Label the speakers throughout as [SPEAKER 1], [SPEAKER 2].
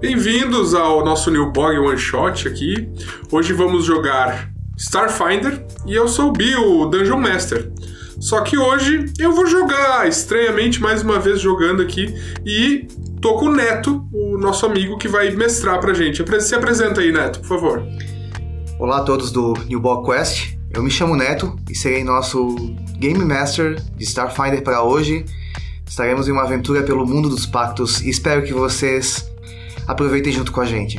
[SPEAKER 1] Bem-vindos ao nosso New Bog One Shot aqui. Hoje vamos jogar Starfinder e eu sou o Bill, o Dungeon Master. Só que hoje eu vou jogar, estranhamente, mais uma vez jogando aqui e tô com o Neto, o nosso amigo que vai mestrar pra gente. Apre- Se apresenta aí, Neto, por favor.
[SPEAKER 2] Olá a todos do New Ball Quest. Eu me chamo Neto e serei nosso Game Master de Starfinder para hoje. Estaremos em uma aventura pelo mundo dos pactos e espero que vocês aproveitem junto com a gente.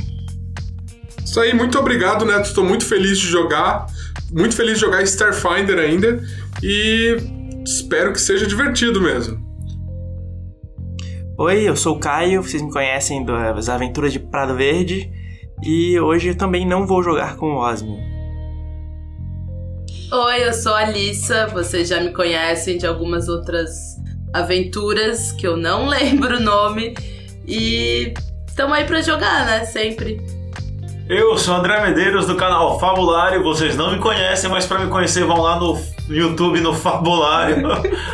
[SPEAKER 1] Isso aí, muito obrigado, Neto. Estou muito feliz de jogar. Muito feliz de jogar Starfinder ainda. E espero que seja divertido mesmo.
[SPEAKER 3] Oi, eu sou o Caio, vocês me conhecem das Aventuras de Prado Verde e hoje eu também não vou jogar com o Osmio.
[SPEAKER 4] Oi, eu sou a Alissa. Vocês já me conhecem de algumas outras aventuras que eu não lembro o nome. E estamos aí pra jogar, né? Sempre.
[SPEAKER 5] Eu sou André Medeiros do canal Fabulário, vocês não me conhecem, mas pra me conhecer vão lá no YouTube no Fabulário.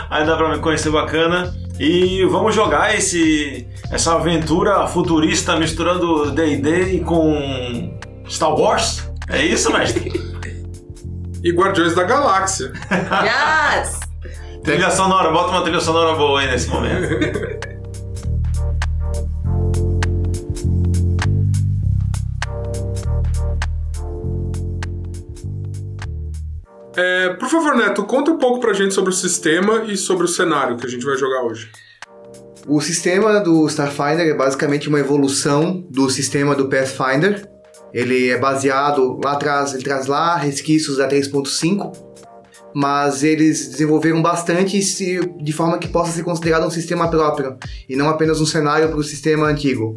[SPEAKER 5] Aí dá pra me conhecer bacana. E vamos jogar esse essa aventura futurista misturando D&D com Star Wars. É isso, mestre?
[SPEAKER 1] E Guardiões da Galáxia.
[SPEAKER 4] Yes!
[SPEAKER 5] trilha sonora, bota uma trilha sonora boa aí nesse momento.
[SPEAKER 1] É, por favor, Neto, conta um pouco pra gente sobre o sistema e sobre o cenário que a gente vai jogar hoje.
[SPEAKER 2] O sistema do Starfinder é basicamente uma evolução do sistema do Pathfinder. Ele é baseado lá atrás, ele traz lá resquícios da 3.5, mas eles desenvolveram bastante se- de forma que possa ser considerado um sistema próprio e não apenas um cenário para o sistema antigo.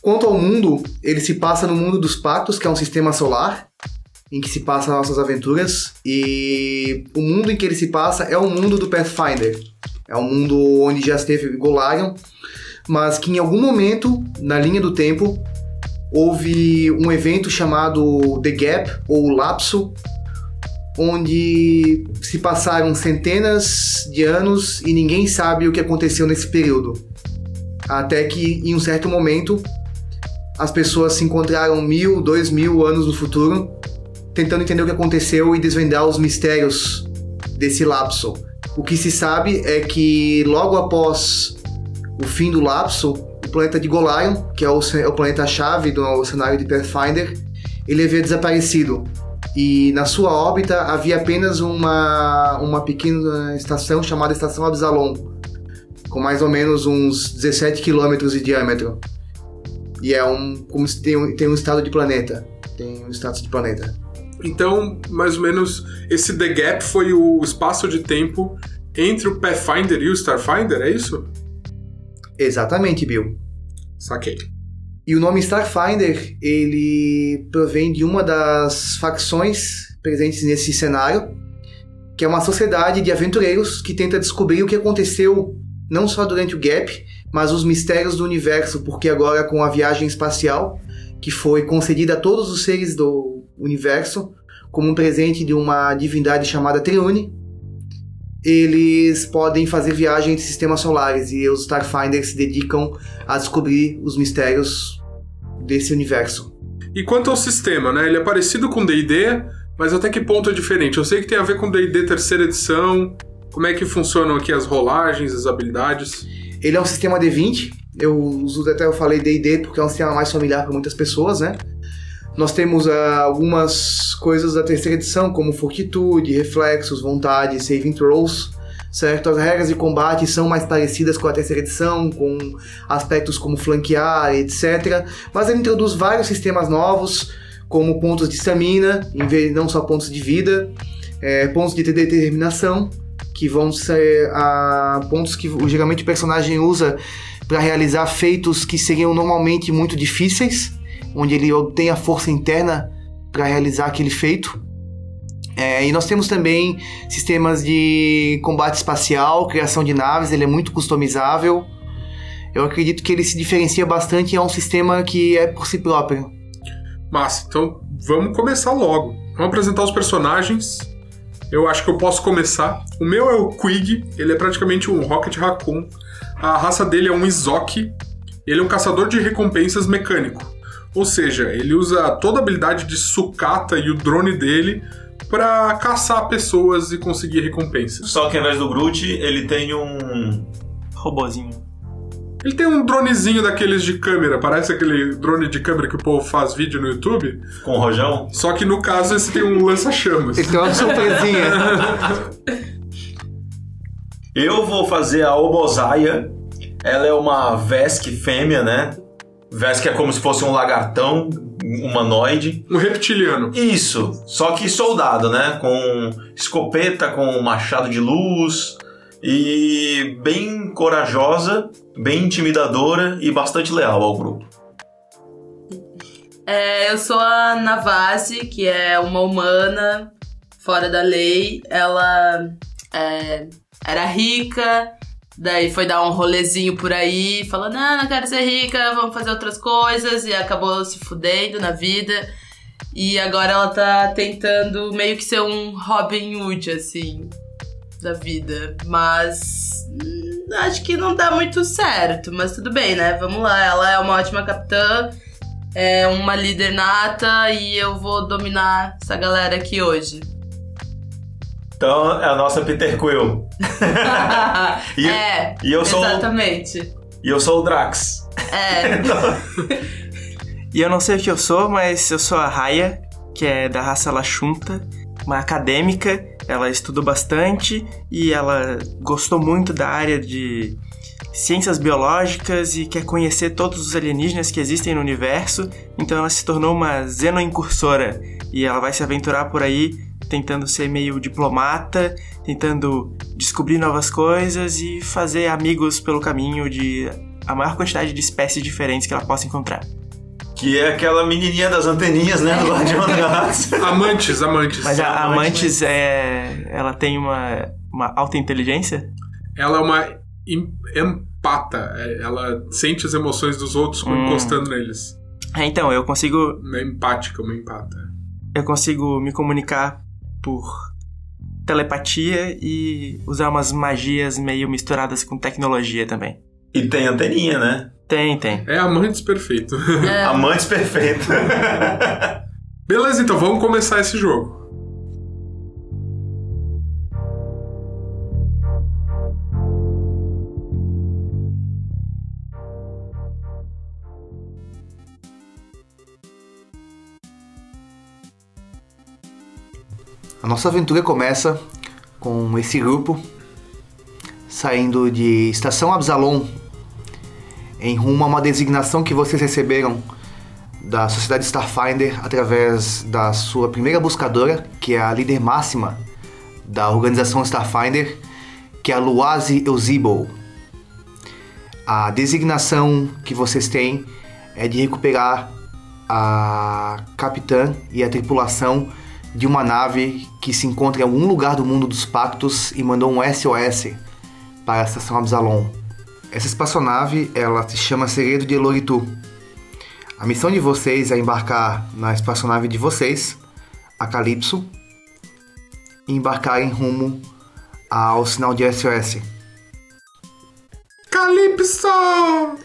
[SPEAKER 2] Quanto ao mundo, ele se passa no mundo dos pactos, que é um sistema solar em que se passam nossas aventuras e o mundo em que ele se passa é o mundo do Pathfinder. É um mundo onde já esteve Golarion, mas que em algum momento, na linha do tempo, houve um evento chamado The Gap, ou Lapso, onde se passaram centenas de anos e ninguém sabe o que aconteceu nesse período. Até que, em um certo momento, as pessoas se encontraram mil, dois mil anos no futuro, tentando entender o que aconteceu e desvendar os mistérios desse lapso. O que se sabe é que logo após o fim do lapso, o planeta de Golarion, que é o, ce- é o planeta-chave do cenário de Pathfinder, ele havia desaparecido. E na sua órbita havia apenas uma, uma pequena estação chamada Estação Absalom, com mais ou menos uns 17 quilômetros de diâmetro. E é um. como se tem, um- tem um estado de planeta. Tem um status de planeta.
[SPEAKER 1] Então, mais ou menos, esse The Gap foi o espaço de tempo entre o Pathfinder e o Starfinder, é isso?
[SPEAKER 2] Exatamente, Bill.
[SPEAKER 1] Saquei.
[SPEAKER 2] E o nome Starfinder, ele provém de uma das facções presentes nesse cenário, que é uma sociedade de aventureiros que tenta descobrir o que aconteceu não só durante o Gap, mas os mistérios do universo, porque agora com a viagem espacial, que foi concedida a todos os seres do universo como um presente de uma divindade chamada Triune, eles podem fazer viagem entre sistemas solares e os Starfinders se dedicam a descobrir os mistérios desse universo.
[SPEAKER 1] E quanto ao sistema, né? Ele é parecido com D&D, mas até que ponto é diferente? Eu sei que tem a ver com D&D terceira edição. Como é que funcionam aqui as rolagens, as habilidades?
[SPEAKER 2] Ele é um sistema D20, eu uso até eu falei D&D porque é um sistema mais familiar para muitas pessoas, né? Nós temos ah, algumas coisas da terceira edição, como fortitude, reflexos, vontade, saving throws, certo? As regras de combate são mais parecidas com a terceira edição, com aspectos como flanquear, etc. Mas ele introduz vários sistemas novos, como pontos de estamina, em vez não só pontos de vida, eh, pontos de determinação, que vão ser ah, pontos que o- geralmente o personagem usa para realizar feitos que seriam normalmente muito difíceis, onde ele obtém a força interna para realizar aquele feito. Eh, e nós temos também sistemas de combate espacial, criação de naves, ele é muito customizável. Eu acredito que ele se diferencia bastante e é um sistema que é por si próprio.
[SPEAKER 1] Massa, então vamos começar logo. Vamos apresentar os personagens. Eu acho que eu posso começar. O meu é o Quig, ele é praticamente um Rocket Raccoon. A raça dele é um Izoki. Ele é um caçador de recompensas mecânico. Ou seja, ele usa toda a habilidade de sucata e o drone dele para caçar pessoas e conseguir recompensas.
[SPEAKER 5] Só que ao invés do Groot, ele tem um.
[SPEAKER 3] Robozinho.
[SPEAKER 1] Ele tem um dronezinho daqueles de câmera, parece aquele drone de câmera que o povo faz vídeo no YouTube.
[SPEAKER 5] com rojão.
[SPEAKER 1] Só que no caso esse tem um lança-chamas.
[SPEAKER 2] Ele tem uma surpresinha.
[SPEAKER 5] Eu vou fazer a Obozaia. Ela é uma Vesk fêmea, né? Vesk é como se fosse um lagartão humanoide.
[SPEAKER 1] Um reptiliano.
[SPEAKER 5] Isso, só que soldado, né? Com escopeta, com machado de luz. E bem corajosa, bem intimidadora e bastante leal ao grupo.
[SPEAKER 4] É, eu sou a Navassi, que é uma humana fora da lei. Ela é, era rica, daí foi dar um rolezinho por aí, falando: ah, não quero ser rica, vamos fazer outras coisas, e acabou se fudendo na vida. E agora ela tá tentando meio que ser um Robin Hood, assim, da vida. Mas hum, acho que não dá muito certo, mas tudo bem, né? Vamos lá, ela é uma ótima capitã é uma líder nata e eu vou dominar essa galera aqui hoje.
[SPEAKER 5] Então é a nossa Peter Quill. E-
[SPEAKER 4] é,
[SPEAKER 5] E eu sou, um
[SPEAKER 4] exatamente.
[SPEAKER 5] e eu sou o Drax.
[SPEAKER 4] É,
[SPEAKER 3] E eu não sei o que eu sou, mas eu sou a Raya, que é da raça Lachunta, uma acadêmica. Ela estudou bastante e ela gostou muito da área de ciências biológicas e quer conhecer todos os alienígenas que existem no universo. Então ela se tornou uma xenoincursora e ela vai se aventurar por aí tentando ser meio diplomata, tentando descobrir novas coisas e fazer amigos pelo caminho de a maior quantidade de espécies diferentes que ela possa encontrar.
[SPEAKER 5] Que é aquela menininha das anteninhas, né? Do Guardião da Galáxia.
[SPEAKER 1] Amantes, amantes.
[SPEAKER 3] Mas a a
[SPEAKER 5] Amantes,
[SPEAKER 3] Amantes, é, ela tem uma, uma alta inteligência?
[SPEAKER 1] Ela é uma em- empata. É, Ela sente as emoções dos outros
[SPEAKER 3] Hum.
[SPEAKER 1] encostando neles.
[SPEAKER 3] É, então, eu consigo,
[SPEAKER 1] Não é empática, uma empata.
[SPEAKER 3] eu consigo me comunicar por telepatia e usar umas magias meio misturadas com tecnologia também.
[SPEAKER 5] E tem anteninha, né?
[SPEAKER 3] Tem, tem.
[SPEAKER 1] É amantes perfeito.
[SPEAKER 4] É.
[SPEAKER 5] Amantes perfeito.
[SPEAKER 1] Beleza, então vamos começar esse jogo.
[SPEAKER 2] A nossa aventura começa com esse grupo saindo de Estação Absalom em rumo a uma designação que vocês receberam da Sociedade Starfinder através da sua primeira buscadora, que é a líder máxima da organização Starfinder, que é a Luazi Eusebel. A designação que vocês têm é de recuperar a capitã e a tripulação de uma nave que se encontra em algum lugar do mundo dos pactos e mandou um SOS para a estação Absalom. Essa espaçonave, ela se chama Segredo de Eloritu. A missão de vocês é embarcar na espaçonave de vocês, a Calypso, e embarcar em rumo ao sinal de SOS.
[SPEAKER 1] Calypso!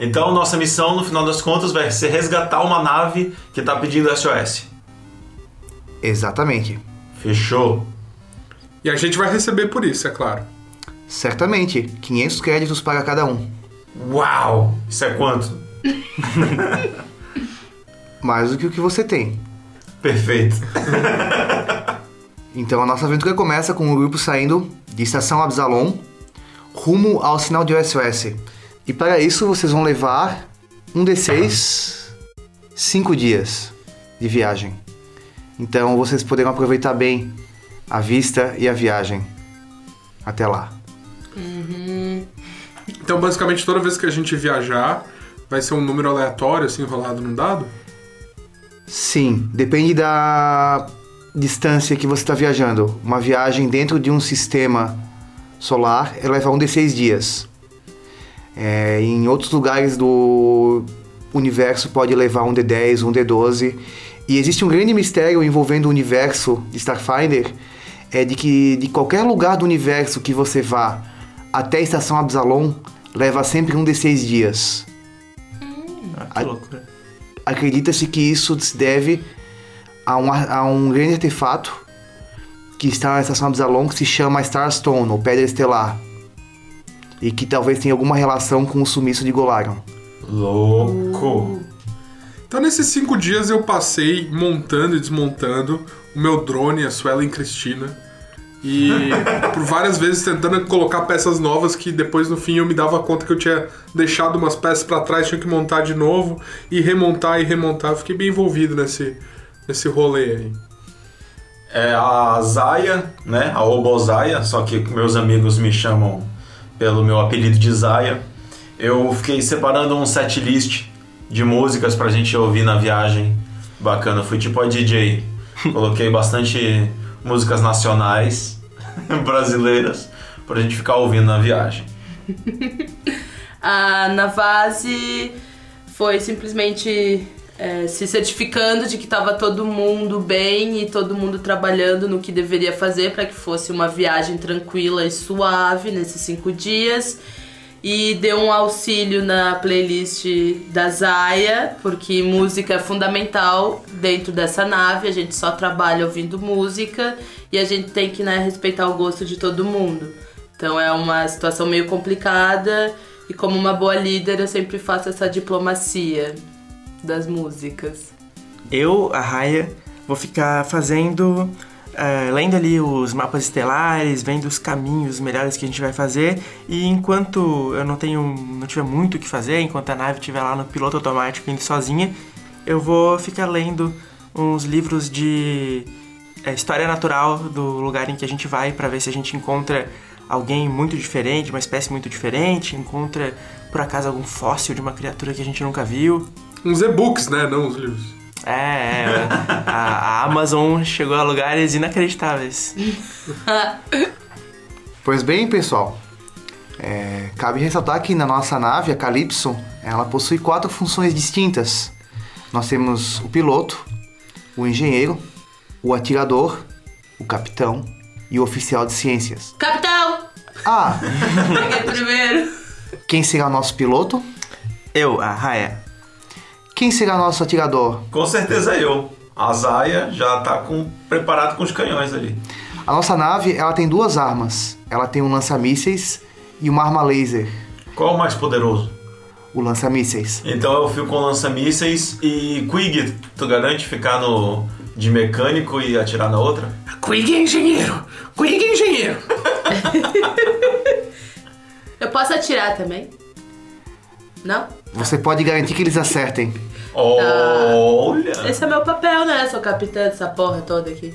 [SPEAKER 5] Então, nossa missão, no final das contas, vai ser resgatar uma nave que tá pedindo SOS.
[SPEAKER 2] Exatamente.
[SPEAKER 5] Fechou.
[SPEAKER 1] E a gente vai receber por isso, é claro.
[SPEAKER 2] Certamente, 500 créditos para cada um.
[SPEAKER 5] Uau! Isso é quanto?
[SPEAKER 2] Mais do que o que você tem.
[SPEAKER 5] Perfeito.
[SPEAKER 2] Então a nossa aventura começa com o grupo saindo de Estação Absalom rumo ao sinal de SOS. E para isso vocês vão levar um D6, 5 dias de viagem. Então vocês poderão aproveitar bem a vista e a viagem. Até lá.
[SPEAKER 1] Então, basicamente, toda vez que a gente viajar, vai ser um número aleatório, assim, enrolado num dado?
[SPEAKER 2] Sim, depende da distância que você está viajando. Uma viagem dentro de um sistema solar ela leva um de seis dias. É, em outros lugares do universo pode levar um de 10, um de 12. E existe um grande mistério envolvendo o universo de Starfinder, é de que de qualquer lugar do universo que você vá até a estação Absalom, leva sempre um D6 dias.
[SPEAKER 3] Ah, que loucura.
[SPEAKER 2] Acredita-se que isso se deve a um, ar- a um grande artefato que está na estação Absalom que se chama Starstone, ou Pedra Estelar. E que talvez tenha alguma relação com o sumiço de Golarion.
[SPEAKER 5] Louco.
[SPEAKER 1] Então, nesses cinco dias, eu passei montando e desmontando o meu drone, a Suelen Cristina. E por várias vezes tentando colocar peças novas que depois no fim eu me dava conta que eu tinha deixado umas peças pra trás, tinha que montar de novo e remontar e remontar. Eu Fiquei bem envolvido nesse, nesse rolê aí.
[SPEAKER 5] É a Zaya, né? A Obozaia, só que meus amigos me chamam pelo meu apelido de Zaya. Eu fiquei separando um set list de músicas pra gente ouvir na viagem. Bacana, fui tipo a DJ. Coloquei bastante músicas nacionais, brasileiras, pra gente ficar ouvindo na viagem.
[SPEAKER 4] A Navase foi simplesmente é, se certificando de que estava todo mundo bem e todo mundo trabalhando no que deveria fazer para que fosse uma viagem tranquila e suave nesses cinco dias. E deu um auxílio na playlist da Zaya, porque música é fundamental dentro dessa nave. A gente só trabalha ouvindo música e a gente tem que né, respeitar o gosto de todo mundo. Então é uma situação meio complicada e como uma boa líder eu sempre faço essa diplomacia das músicas.
[SPEAKER 3] Eu, a Raya, vou ficar fazendo. eh, lendo ali os mapas estelares, vendo os caminhos melhores que a gente vai fazer. E enquanto eu não tenho. não tiver muito o que fazer, enquanto a nave estiver lá no piloto automático indo sozinha, eu vou ficar lendo uns livros de eh, história natural do lugar em que a gente vai para ver se a gente encontra alguém muito diferente, uma espécie muito diferente, encontra por acaso algum fóssil de uma criatura que a gente nunca viu.
[SPEAKER 1] Uns e-books, né? Não os livros.
[SPEAKER 3] É, é, é. a, a Amazon chegou a lugares inacreditáveis.
[SPEAKER 2] Pois bem, pessoal, é, cabe ressaltar que na nossa nave, a Calypso, ela possui quatro funções distintas. Nós temos o piloto, o engenheiro, o atirador, o capitão e o oficial de ciências.
[SPEAKER 4] Capitão!
[SPEAKER 2] Ah,
[SPEAKER 4] Peguei primeiro!
[SPEAKER 2] quem será o nosso piloto?
[SPEAKER 3] Eu, a Raya.
[SPEAKER 2] Quem será o nosso atirador?
[SPEAKER 5] Com certeza eu. A Zaya já tá com, preparado com os canhões ali.
[SPEAKER 2] A nossa nave, ela tem duas armas. Ela tem um lança-mísseis e uma arma laser.
[SPEAKER 5] Qual é o mais poderoso?
[SPEAKER 2] O lança-mísseis.
[SPEAKER 5] Então eu fico com lança-mísseis e Quig, tu garante ficar no de mecânico e atirar na outra?
[SPEAKER 1] Quig engenheiro! Quig engenheiro!
[SPEAKER 4] Eu posso atirar também? Não?
[SPEAKER 2] Você pode garantir que eles acertem.
[SPEAKER 5] Olha!
[SPEAKER 4] Esse é meu papel, né? Sou capitã dessa porra toda aqui.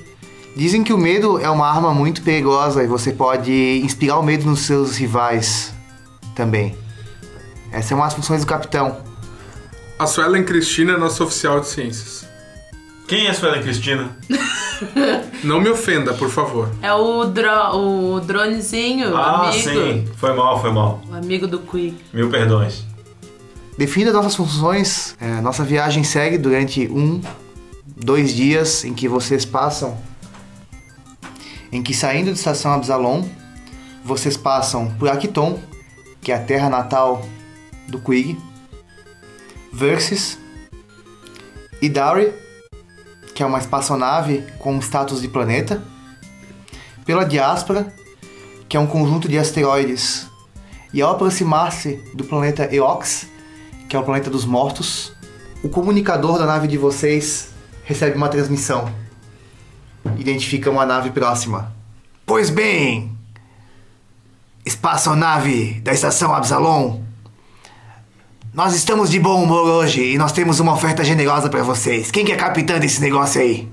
[SPEAKER 2] Dizem que o medo é uma arma muito perigosa e você pode inspirar o medo nos seus rivais também. Essa é uma das funções do capitão.
[SPEAKER 1] A Suelen Cristina é nossa oficial de ciências.
[SPEAKER 5] Quem é a Suelen Cristina?
[SPEAKER 1] Não me ofenda, por favor.
[SPEAKER 4] É o, dro o dronezinho, o
[SPEAKER 5] ah,
[SPEAKER 4] amigo.
[SPEAKER 5] sim. Foi mal, foi mal.
[SPEAKER 4] O amigo do Quick.
[SPEAKER 5] Mil perdões.
[SPEAKER 2] Definidas nossas funções, é, nossa viagem segue durante um, dois dias em que vocês passam. Em que saindo da estação Absalom, vocês passam por Acton, que é a terra natal do Quig, Versus, Idari, que é uma espaçonave com status de planeta, pela Diáspora, que é um conjunto de asteroides, e ao aproximar-se do planeta Eox, que é o planeta dos mortos, o comunicador da nave de vocês recebe uma transmissão. Identifica uma nave próxima. Pois bem, espaçonave da estação Absalom, nós estamos de bom humor hoje e nós temos uma oferta generosa para vocês. Quem que é capitã desse negócio aí?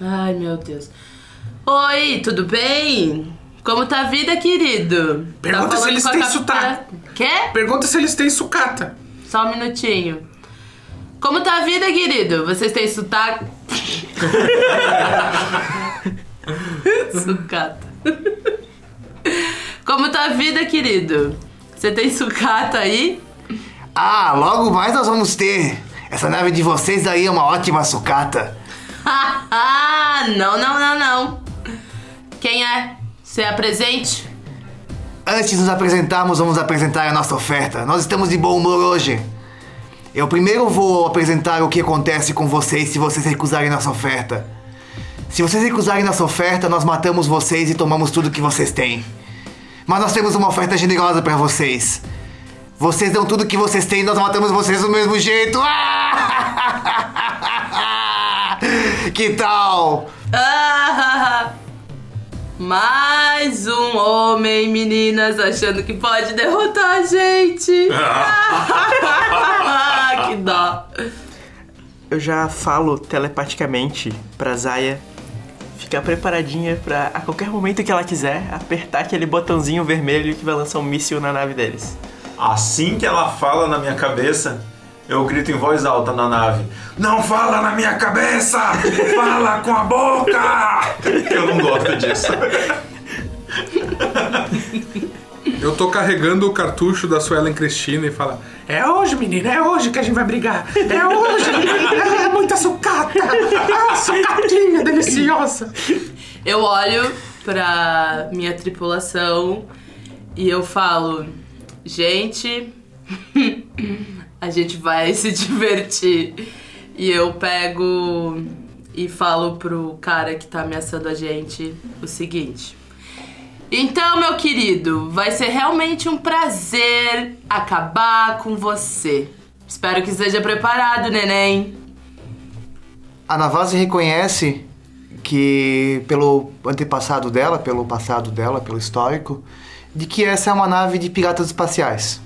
[SPEAKER 4] Ai, meu Deus. Oi, tudo bem? Como tá a vida, querido? Tá
[SPEAKER 1] Pergunta se
[SPEAKER 4] falando
[SPEAKER 1] eles
[SPEAKER 4] com a
[SPEAKER 1] têm
[SPEAKER 4] capitã-
[SPEAKER 1] sotaque.
[SPEAKER 4] Quê?
[SPEAKER 1] Pergunta se eles têm sucata.
[SPEAKER 4] Só um minutinho. Como tá a vida, querido? Vocês têm sotaque? sucata. Como tá a vida, querido? Você tem sucata aí?
[SPEAKER 2] Ah, logo mais nós vamos ter. Essa nave de vocês aí é uma ótima sucata.
[SPEAKER 4] é Ah, não, não, não, não. Quem é? Se apresente?
[SPEAKER 2] Antes de nos apresentarmos, vamos apresentar a nossa oferta. Nós estamos de bom humor hoje. Eu primeiro vou apresentar o que acontece com vocês se vocês recusarem nossa oferta. Se vocês recusarem nossa oferta, nós matamos vocês e tomamos tudo que vocês têm. Mas nós temos uma oferta generosa pra vocês. Vocês dão tudo que vocês têm e nós matamos vocês do mesmo jeito. Ah! Que tal?
[SPEAKER 4] Ah, mais um homem, meninas, achando que pode derrotar a gente. Ah, que dó.
[SPEAKER 3] Eu já falo telepaticamente pra Zaya ficar preparadinha pra a qualquer momento que ela quiser apertar aquele botãozinho vermelho que vai lançar um míssil na nave deles.
[SPEAKER 5] Assim que ela fala na minha cabeça, eu grito em voz alta na nave: Não fala na minha cabeça! Fala com a boca! Eu não gosto disso.
[SPEAKER 1] Eu tô carregando o cartucho da Suelen Cristina e fala: É hoje, menina, é hoje que a gente vai brigar. É hoje! É muita sucata! Ah, sucatinha deliciosa!
[SPEAKER 4] Eu olho pra minha tripulação e eu falo: gente, a gente vai se divertir. E eu pego e falo pro cara que tá ameaçando a gente o seguinte. Então, meu querido, vai ser realmente um prazer acabar com você. Espero que esteja preparado, neném.
[SPEAKER 2] A Navase reconhece que, pelo antepassado dela, pelo passado dela, pelo histórico, de que essa é uma nave de piratas espaciais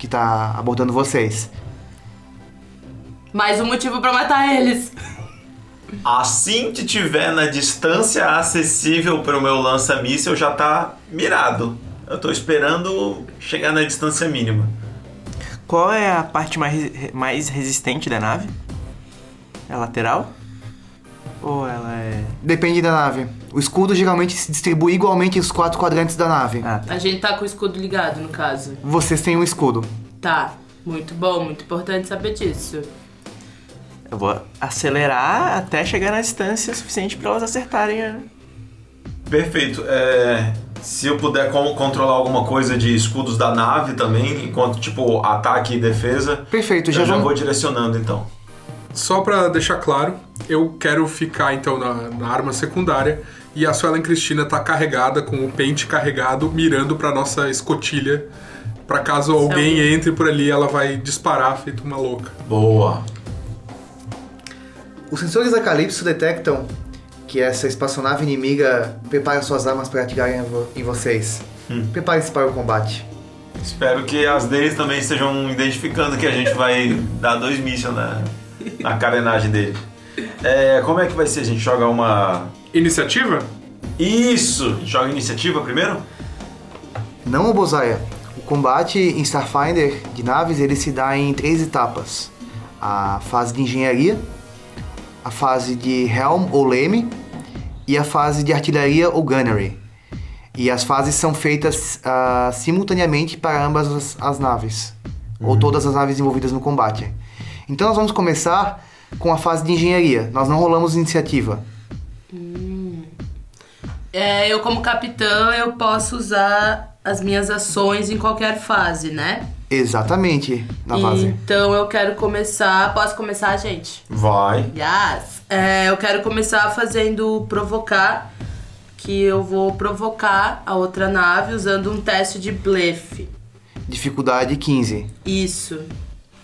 [SPEAKER 2] que tá abordando vocês.
[SPEAKER 4] Mais um motivo pra matar eles.
[SPEAKER 5] Assim que tiver na distância acessível para o meu lança-míssel, já tá mirado. Eu tô esperando chegar na distância mínima.
[SPEAKER 3] Qual é a parte mais, mais resistente da nave? É a lateral? Ou ela é.
[SPEAKER 2] Depende da nave. O escudo geralmente se distribui igualmente os quatro quadrantes da nave.
[SPEAKER 3] Ah, tá.
[SPEAKER 4] A gente tá com o escudo ligado, no caso.
[SPEAKER 2] Vocês têm um escudo.
[SPEAKER 4] Tá, muito bom, muito importante saber disso.
[SPEAKER 3] Eu vou acelerar até chegar na distância suficiente pra elas acertarem a.
[SPEAKER 5] Perfeito. É, se eu puder con- controlar alguma coisa de escudos da nave também, enquanto tipo ataque e defesa,
[SPEAKER 2] Perfeito,
[SPEAKER 5] eu
[SPEAKER 2] já
[SPEAKER 5] já
[SPEAKER 2] vamos.
[SPEAKER 5] vou direcionando então.
[SPEAKER 1] Só pra deixar claro, eu quero ficar então na, na arma secundária e a Suelen Cristina tá carregada com o pente carregado mirando pra nossa escotilha. Pra caso alguém entre por ali, ela vai disparar feito uma louca.
[SPEAKER 5] Boa.
[SPEAKER 6] Os sensores da Calypso detectam que essa espaçonave inimiga prepara suas armas para atirarem em vo- em vocês. Preparem-se para o combate.
[SPEAKER 5] Espero que as deles também estejam identificando que a gente vai dar dois mísseis na, na carenagem dele. É, como é que vai ser? A gente joga uma.
[SPEAKER 1] Iniciativa?
[SPEAKER 5] Isso! A gente joga iniciativa primeiro?
[SPEAKER 2] Não, Obozaia. O combate em Starfinder de naves ele se dá em três etapas: a fase de engenharia, a fase de helm ou leme e a fase de artilharia ou gunnery. E as fases são feitas ah, simultaneamente para ambas as, as naves, ou todas as naves envolvidas no combate. Então nós vamos começar com a fase de engenharia. Nós não rolamos iniciativa.
[SPEAKER 4] É, eu como capitã, eu posso usar as minhas ações em qualquer fase, né?
[SPEAKER 2] Exatamente na fase.
[SPEAKER 4] Então eu quero começar. Posso começar, gente?
[SPEAKER 5] Vai.
[SPEAKER 4] Yes! É, eu quero começar fazendo o provocar, que eu vou provocar a outra nave usando um teste de blefe.
[SPEAKER 2] Dificuldade 15.
[SPEAKER 4] Isso.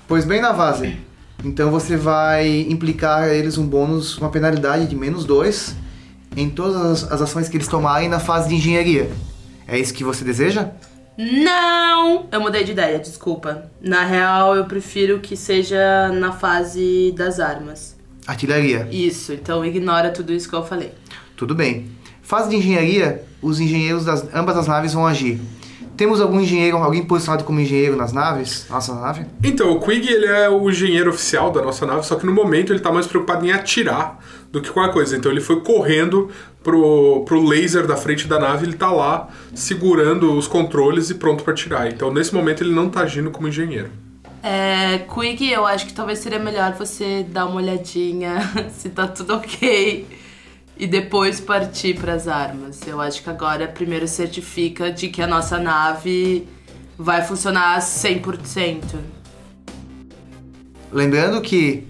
[SPEAKER 6] Pois bem, Navase, então você vai implicar a eles um bônus, uma penalidade de menos dois em todas as, as ações que eles tomarem na fase de engenharia.
[SPEAKER 2] É isso que você deseja?
[SPEAKER 4] Não! Eu mudei de ideia, desculpa. Na real, eu prefiro que seja na fase das armas.
[SPEAKER 2] Artilharia.
[SPEAKER 4] Isso, então ignora tudo isso que eu falei.
[SPEAKER 2] Tudo bem. Fase de engenharia, os engenheiros das ambas as naves vão agir. Temos algum engenheiro, alguém posicionado como engenheiro nas naves? Nossa nave?
[SPEAKER 1] Então, o Quig ele é o engenheiro oficial da nossa nave, só que no momento ele tá mais preocupado em atirar do que qualquer coisa. Então ele foi correndo pro, pro laser da frente da nave, ele tá lá segurando os controles e pronto pra atirar. Então nesse momento ele não tá agindo como engenheiro.
[SPEAKER 4] É, Quick, eu acho que talvez seria melhor você dar uma olhadinha se tá tudo ok e depois partir pras armas. Eu acho que agora primeiro certifica de que a nossa nave vai funcionar 100%.
[SPEAKER 2] Lembrando que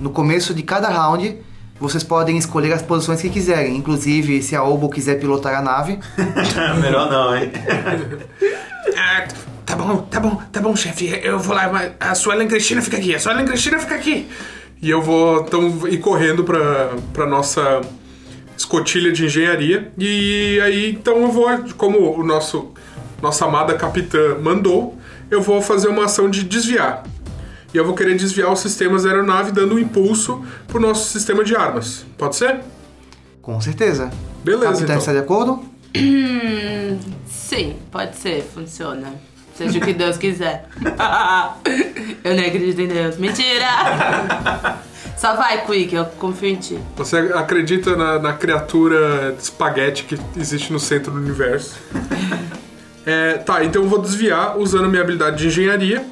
[SPEAKER 2] no começo de cada round vocês podem escolher as posições que quiserem, inclusive se a Obo quiser pilotar a nave.
[SPEAKER 5] Melhor não, hein?
[SPEAKER 7] Ah, tá bom, tá bom, tá bom, chefe. Eu vou lá, mas a Suelen Cristina fica aqui, a Suelen Cristina fica aqui.
[SPEAKER 1] E eu vou então ir correndo pra, pra nossa escotilha de engenharia. E aí então eu vou, como o nosso nossa amada capitã mandou, eu vou fazer uma ação de desviar. E eu vou querer desviar os sistemas da aeronave dando um impulso pro nosso sistema de armas. Pode ser?
[SPEAKER 2] Com certeza.
[SPEAKER 1] Beleza,
[SPEAKER 2] Capitão
[SPEAKER 1] então.
[SPEAKER 2] está de acordo?
[SPEAKER 4] Hum, sim, pode ser, funciona. Seja o que Deus quiser. eu nem acredito em Deus. Mentira! Só vai, Quick, eu confio em ti.
[SPEAKER 1] Você acredita na, na criatura de espaguete que existe no centro do universo? É, tá, então eu vou desviar usando minha habilidade de engenharia.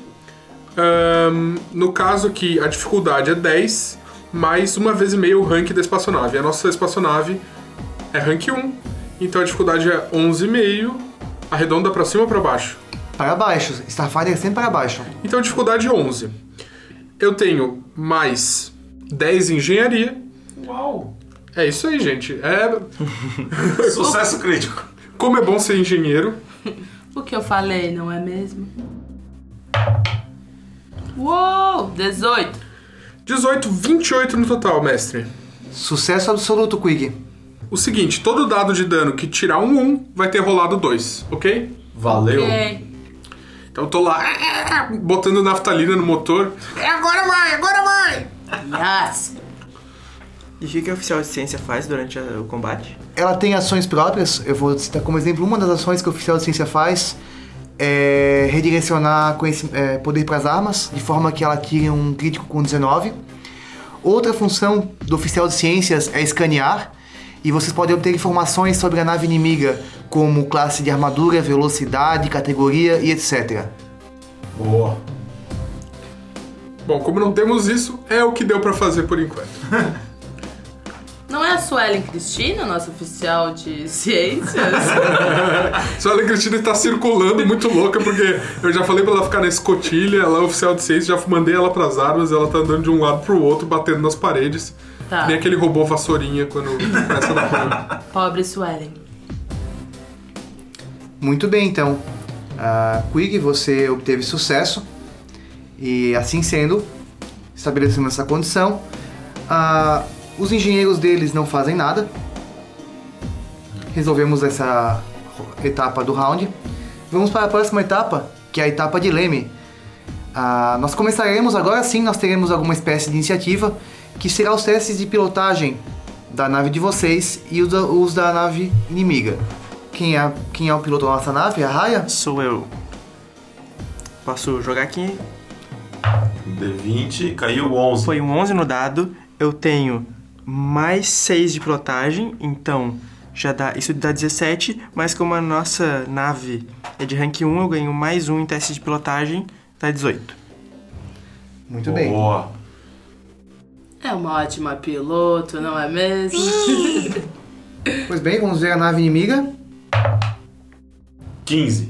[SPEAKER 1] Ahn, no caso que a dificuldade é 10, mais uma vez e meia o rank da espaçonave. A nossa espaçonave é rank 1, então a dificuldade é 11,5, arredonda pra cima ou pra baixo.
[SPEAKER 2] Para baixo. Starfighter é sempre para baixo.
[SPEAKER 1] Então, dificuldade 11. Eu tenho mais 10 em engenharia.
[SPEAKER 5] Uau!
[SPEAKER 1] É isso aí, gente. É,
[SPEAKER 5] Sucesso crítico.
[SPEAKER 1] como é bom ser engenheiro.
[SPEAKER 4] O que eu falei, não é mesmo? Uou! 18.
[SPEAKER 1] 18, 28 no total, mestre.
[SPEAKER 2] Sucesso absoluto, Quig.
[SPEAKER 1] O seguinte, todo dado de dano que tirar um 1 vai ter rolado 2, ok?
[SPEAKER 5] Valeu.
[SPEAKER 4] Ok.
[SPEAKER 1] Então eu tô lá botando naftalina no motor.
[SPEAKER 4] Yes!
[SPEAKER 3] E o que que a oficial de ciência faz durante a- o combate?
[SPEAKER 2] Ela tem ações próprias. Eu vou citar como exemplo uma das ações que o oficial de ciência faz é redirecionar conheci- é, poder para as armas, de forma que ela tire um crítico com 19. Outra função do oficial de ciências é escanear, e vocês podem obter informações sobre a nave inimiga, como classe de armadura, velocidade, categoria e etc.
[SPEAKER 5] Boa.
[SPEAKER 1] Bom, como não temos isso, é o que deu pra fazer por enquanto.
[SPEAKER 4] Não é a Suelen Cristina, nossa oficial de ciências?
[SPEAKER 1] Só a Cristina tá circulando muito louca, porque eu já falei pra ela ficar na escotilha, ela é oficial de ciência, já mandei ela pras armas, ela tá andando de um lado pro outro, batendo nas paredes.
[SPEAKER 4] Tá.
[SPEAKER 1] Nem aquele robô vassourinha quando começa na rua.
[SPEAKER 4] Pobre Suelen.
[SPEAKER 2] Muito bem, então. Ah, Quig, você obteve sucesso. E assim sendo, estabelecendo essa condição, ah, os engenheiros deles não fazem nada. Resolvemos essa etapa do round. Vamos para a próxima etapa, que é a etapa de Leme. Ah, nós começaremos agora sim, nós teremos alguma espécie de iniciativa que será os testes de pilotagem da nave de vocês e os da, os da nave inimiga. Quem é, quem é o piloto da nossa nave? A Raya?
[SPEAKER 3] Sou eu. Posso jogar aqui?
[SPEAKER 5] D20, caiu 11.
[SPEAKER 3] Foi um 11 no dado. Eu tenho mais 6 de pilotagem, então já dá. Isso dá 17, mas como a nossa nave é de rank 1, eu ganho mais um em teste de pilotagem, dá 18.
[SPEAKER 2] Muito bem.
[SPEAKER 5] Boa.
[SPEAKER 4] É uma ótima piloto, não é mesmo?
[SPEAKER 2] Pois bem, vamos ver a nave inimiga.
[SPEAKER 5] 15.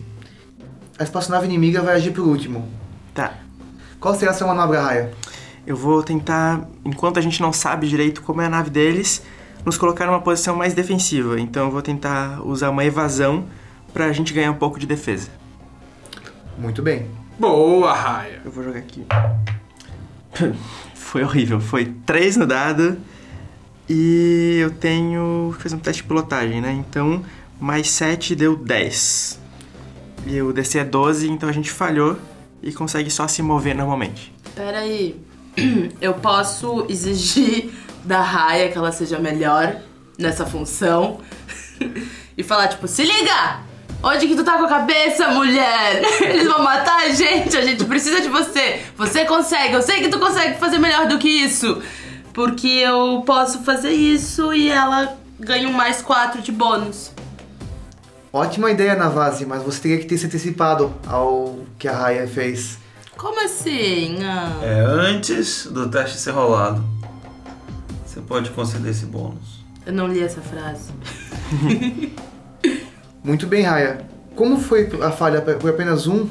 [SPEAKER 2] A espaçonave inimiga vai agir por último.
[SPEAKER 3] Tá.
[SPEAKER 2] Qual será a sua manobra, Raya?
[SPEAKER 3] Eu vou tentar, enquanto a gente não sabe direito como é a nave deles, nos colocar numa posição mais defensiva. Então eu vou tentar usar uma evasão pra gente ganhar um pouco de defesa.
[SPEAKER 2] Muito bem.
[SPEAKER 1] Boa, Raia.
[SPEAKER 3] Eu vou jogar aqui. Foi horrível. Foi 3 no dado. E eu tenho. Fiz um teste de pilotagem, né? Então, mais 7 deu 10. E o DC é 12, então a gente falhou e consegue só se mover normalmente.
[SPEAKER 4] Peraí. Eu posso exigir da Raia que ela seja melhor nessa função e falar, tipo, se liga! Onde que tu tá com a cabeça, mulher? Eles vão matar a gente, a gente precisa de você. Você consegue, eu sei que tu consegue fazer melhor do que isso. Porque eu posso fazer isso e ela ganha um mais 4 de bônus.
[SPEAKER 2] Ótima ideia, Navase, mas você teria que ter se antecipado ao que a Raya fez.
[SPEAKER 4] Como assim? Ah.
[SPEAKER 5] É antes do teste ser rolado. Você pode conceder esse bônus.
[SPEAKER 4] Eu não li essa frase.
[SPEAKER 2] Muito bem, Raya. Como foi a falha pra- por apenas um,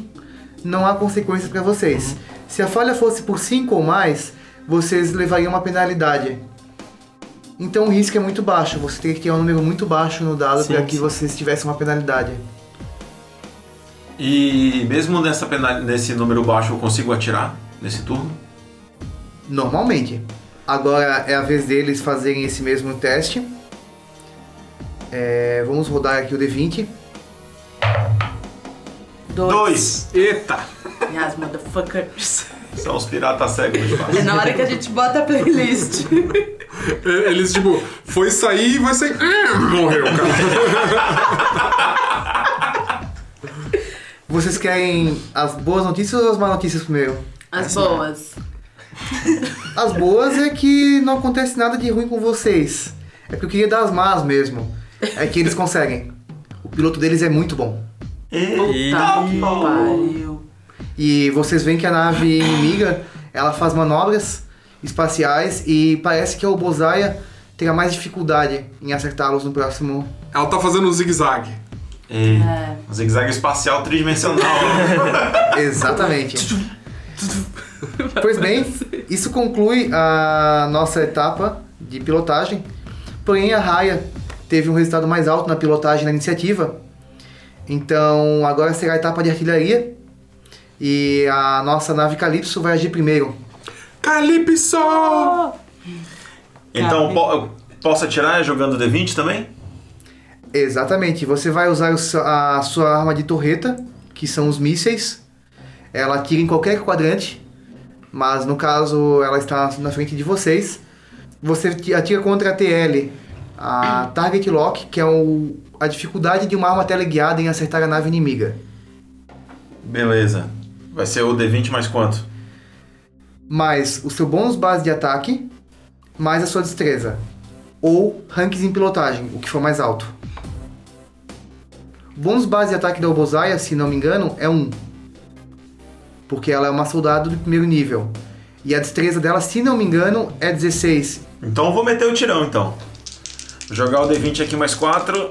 [SPEAKER 2] não há consequências para vocês. Se a falha fosse por cinco ou mais, vocês levariam uma penalidade. Então o risco é muito baixo, você teria que ter um número muito baixo no dado
[SPEAKER 3] Sim,
[SPEAKER 2] para que
[SPEAKER 3] sim.
[SPEAKER 2] vocês tivessem uma penalidade.
[SPEAKER 5] E mesmo nessa pena- nesse número baixo eu consigo atirar nesse turno?
[SPEAKER 2] Normalmente. Agora é a vez deles fazerem esse mesmo teste. É, vamos rodar aqui o D20.
[SPEAKER 5] Dois!
[SPEAKER 1] Eita!
[SPEAKER 4] Minhas motherfuckers.
[SPEAKER 5] São os piratas cegos de
[SPEAKER 4] É
[SPEAKER 5] fácil.
[SPEAKER 4] na hora que a gente bota a playlist.
[SPEAKER 1] E- Eles, tipo, foi sair e vai sair. Ah, Morreu, cara.
[SPEAKER 2] Vocês querem as boas notícias ou as más notícias primeiro?
[SPEAKER 4] As boas.
[SPEAKER 2] As boas é que não acontece nada de ruim com vocês. É que eu queria dar as más mesmo. É que eles conseguem. O piloto deles é muito bom.
[SPEAKER 4] Puta que pariu.
[SPEAKER 2] E vocês veem que a nave inimiga, ela faz manobras espaciais e parece que a Obozaia terá mais dificuldade em acertá-los no próximo.
[SPEAKER 1] Ela tá fazendo um zigue-zague.
[SPEAKER 5] E...
[SPEAKER 4] É.
[SPEAKER 5] Um Zigue-zague espacial tridimensional.
[SPEAKER 2] Exatamente. Pois bem, isso conclui a nossa etapa de pilotagem. Porém, a Raya teve um resultado mais alto na pilotagem na iniciativa. Então, agora será a etapa de artilharia. E a nossa nave Calypso vai agir primeiro.
[SPEAKER 1] Calypso!
[SPEAKER 5] então po- eu posso atirar jogando D20 também?
[SPEAKER 2] Exatamente. Você vai usar o seu- a sua arma de torreta, que são os mísseis. Ela atira em qualquer quadrante, mas no caso ela está na frente de vocês. Você ti- atira contra a TL, a Target Lock, que é o- a dificuldade de uma arma teleguiada em acertar a nave inimiga.
[SPEAKER 5] Beleza. Vai ser o D20 mais quanto?
[SPEAKER 2] Mais o seu bônus base de ataque, mais a sua destreza. Ou ranks em pilotagem, o que for mais alto. O bônus base de ataque da Obozaia, se não me engano, é 1. Porque ela é uma soldado de primeiro nível. E a destreza dela, se não me engano, é 16.
[SPEAKER 5] Então eu vou meter o tirão, então. Vou Jogar o D20 aqui mais 4.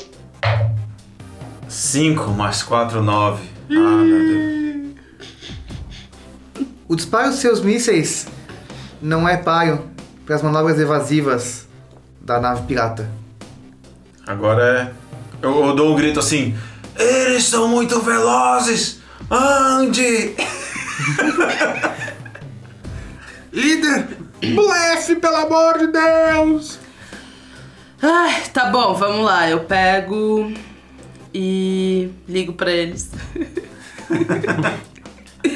[SPEAKER 5] 5 mais 4, 9. Ah,
[SPEAKER 4] Hum.
[SPEAKER 5] meu Deus.
[SPEAKER 2] O disparo dos seus mísseis não é páreo para as manobras evasivas da nave pirata.
[SPEAKER 5] Agora é. Eu, eu dou um grito assim. Eles são muito velozes! Ande!
[SPEAKER 1] Líder! Blefe, pelo amor de Deus!
[SPEAKER 4] Ai, tá bom, vamos lá. Eu pego e ligo pra eles. Trim.